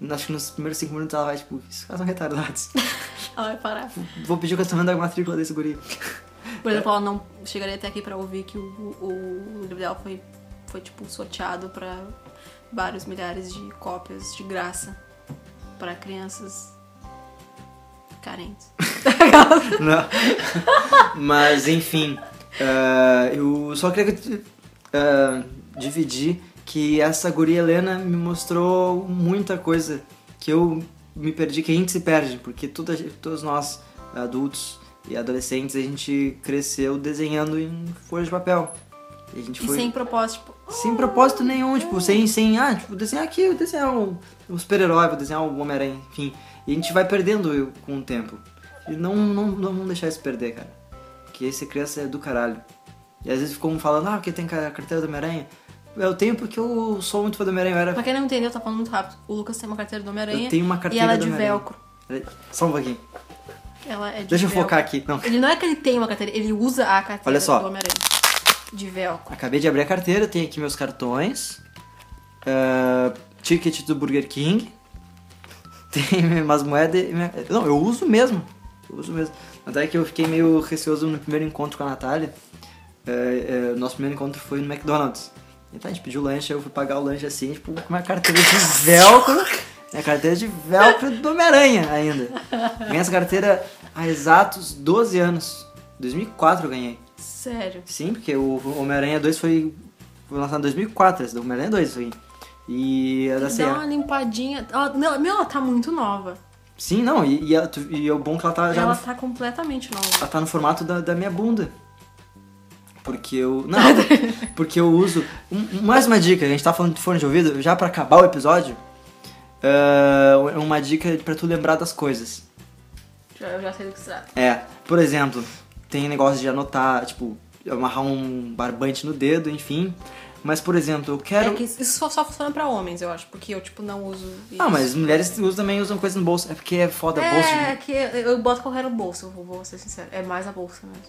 [SPEAKER 1] Acho que nos primeiros cinco minutos ela vai, tipo, esses caras são retardados.
[SPEAKER 2] Ela
[SPEAKER 1] é
[SPEAKER 2] vai parar.
[SPEAKER 1] Vou pedir o cancelamento da matrícula desse guri.
[SPEAKER 2] Por
[SPEAKER 1] É.
[SPEAKER 2] exemplo, ela não chegaria até aqui pra ouvir que o, o, o livro dela foi, foi, tipo, sorteado pra vários milhares de cópias de graça pra crianças carentes.
[SPEAKER 1] Não. Mas, enfim, eh, eu só queria eh, dividir que essa guria Helena me mostrou muita coisa que eu me perdi, que a gente se perde, porque toda, ge- todos nós, adultos e adolescentes, a gente cresceu desenhando em folha de papel. E a gente
[SPEAKER 2] E
[SPEAKER 1] foi
[SPEAKER 2] sem propósito, tipo,
[SPEAKER 1] sem propósito nenhum, tipo, sem, sem, ah, tipo, desenhar aqui, eu desenhar um, um super-herói, vou desenhar o Homem-Aranha, enfim. E a gente vai perdendo eu, com o tempo. E não, não, não vamos deixar isso perder, cara. Porque ser criança é do caralho. E às vezes ficam falando, ah, porque tem ca- carteira do Homem-Aranha. Eu tenho porque eu sou muito fã do Homem-Aranha, eu era...
[SPEAKER 2] pra quem não entendeu, tá falando muito rápido. O Lucas tem uma carteira do Homem-Aranha
[SPEAKER 1] Eu tenho uma
[SPEAKER 2] e
[SPEAKER 1] carteira
[SPEAKER 2] ela é
[SPEAKER 1] do
[SPEAKER 2] de
[SPEAKER 1] Homem-Aranha.
[SPEAKER 2] velcro.
[SPEAKER 1] Só um pouquinho.
[SPEAKER 2] Ela é de
[SPEAKER 1] Deixa eu
[SPEAKER 2] velcro.
[SPEAKER 1] focar aqui. Não,
[SPEAKER 2] Ele não é que ele tem uma carteira, ele usa a carteira
[SPEAKER 1] Olha só.
[SPEAKER 2] do Homem-Aranha. De velcro.
[SPEAKER 1] acabei de abrir a carteira, tenho aqui meus cartões. ah, ticket do Burger King. Tem umas moedas. e minha- Não, eu uso mesmo. Eu uso mesmo. Até que eu fiquei meio receoso no primeiro encontro com a Natália. É, é, nosso primeiro encontro foi no McDonald's. Então a gente pediu lanche, eu fui pagar o lanche assim, tipo, com uma carteira de velcro. Minha carteira de velcro do Homem-Aranha ainda. Ganhei essa carteira há exatos 12 anos. 2004 eu ganhei.
[SPEAKER 2] Sério.
[SPEAKER 1] Sim, porque o Homem-Aranha 2 foi, foi lançado em 2004, esse do Homem-Aranha 2 foi. E a da
[SPEAKER 2] Dá uma
[SPEAKER 1] Ceia.
[SPEAKER 2] limpadinha. Ela- não, meu, ela tá muito nova.
[SPEAKER 1] Sim, não, e, e, a- tu- e é o bom que ela tá já
[SPEAKER 2] ela
[SPEAKER 1] no,
[SPEAKER 2] tá completamente nova.
[SPEAKER 1] ela tá no formato da, da minha bunda. Porque eu. Não, porque eu uso. um- mais uma dica, a gente tá falando de fone de ouvido, já pra acabar o episódio. é uma dica pra tu lembrar das coisas.
[SPEAKER 2] Já- Eu já sei do que se trata.
[SPEAKER 1] É, por exemplo, tem negócio de anotar, tipo, amarrar um barbante no dedo, enfim. Mas, por exemplo, eu quero.
[SPEAKER 2] É que isso só, só funciona pra homens, eu acho, porque eu, tipo, não uso isso.
[SPEAKER 1] Ah, mas mulheres usam, também usam coisa no bolso. É porque é foda, bolso.
[SPEAKER 2] É, que eu, eu boto qualquer bolsa, eu vou, vou ser sincero. É mais a bolsa mesmo.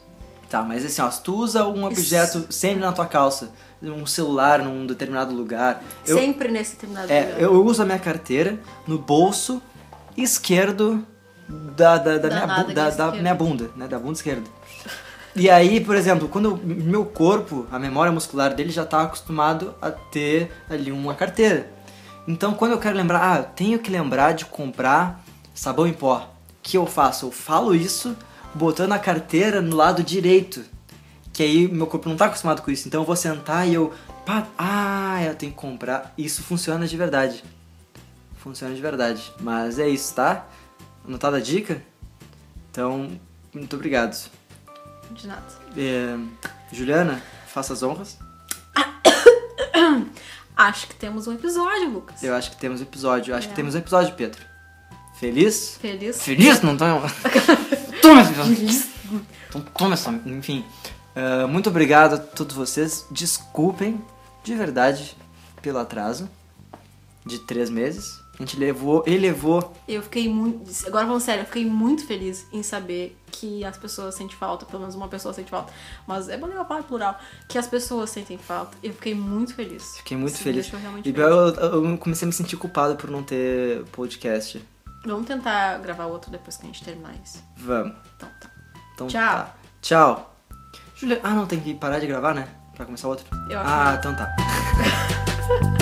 [SPEAKER 1] Tá, mas assim, ó, se tu usa um
[SPEAKER 2] Isso.
[SPEAKER 1] objeto sempre na tua calça, um celular num determinado lugar. Eu,
[SPEAKER 2] Sempre nesse determinado
[SPEAKER 1] é,
[SPEAKER 2] lugar.
[SPEAKER 1] eu uso a minha carteira no bolso esquerdo da, da, da,
[SPEAKER 2] Da
[SPEAKER 1] minha, bu-
[SPEAKER 2] nada,
[SPEAKER 1] da,
[SPEAKER 2] da
[SPEAKER 1] da
[SPEAKER 2] esquerda.
[SPEAKER 1] minha bunda, né? Da bunda esquerda. E aí, por exemplo, quando o meu corpo, a memória muscular dele já tá acostumado a ter ali uma carteira. Então, quando eu quero lembrar, ah, eu tenho que lembrar de comprar sabão em pó. O que eu faço? Eu falo isso botando a carteira no lado direito. Que aí meu corpo não tá acostumado com isso. Então eu vou sentar e eu. pá, ah, eu tenho que comprar. Isso funciona de verdade. Funciona de verdade. Mas é isso, tá? Anotada a dica? Então, muito obrigado.
[SPEAKER 2] De nada.
[SPEAKER 1] É, Juliana, faça as honras.
[SPEAKER 2] Acho que temos um episódio, Lucas.
[SPEAKER 1] Eu acho que temos episódio. Eu acho
[SPEAKER 2] É.
[SPEAKER 1] que temos um episódio, Pedro. Feliz?
[SPEAKER 2] Feliz?
[SPEAKER 1] Feliz? Não tô. toma essa. Então toma essa. Enfim. Ah, muito obrigado a todos vocês. Desculpem, de verdade, pelo atraso de três meses. A gente levou, elevou.
[SPEAKER 2] Eu fiquei muito. Agora falando sério, eu fiquei muito feliz em saber que as pessoas sentem falta, pelo menos uma pessoa sente falta, mas é bom levar para plural, que as pessoas sentem falta. Eu fiquei muito feliz.
[SPEAKER 1] Fiquei muito
[SPEAKER 2] Isso me
[SPEAKER 1] feliz.
[SPEAKER 2] deixou realmente
[SPEAKER 1] E
[SPEAKER 2] feliz.
[SPEAKER 1] eu, eu comecei a me sentir culpado por não ter podcast.
[SPEAKER 2] Vamos tentar gravar outro depois que a gente terminar isso.
[SPEAKER 1] Vamos.
[SPEAKER 2] Então tá.
[SPEAKER 1] Então,
[SPEAKER 2] Tchau.
[SPEAKER 1] tá. Tchau. Juliana. Ah, não, tem que parar de gravar, né? Pra começar outro.
[SPEAKER 2] Eu acho
[SPEAKER 1] ah, então tá.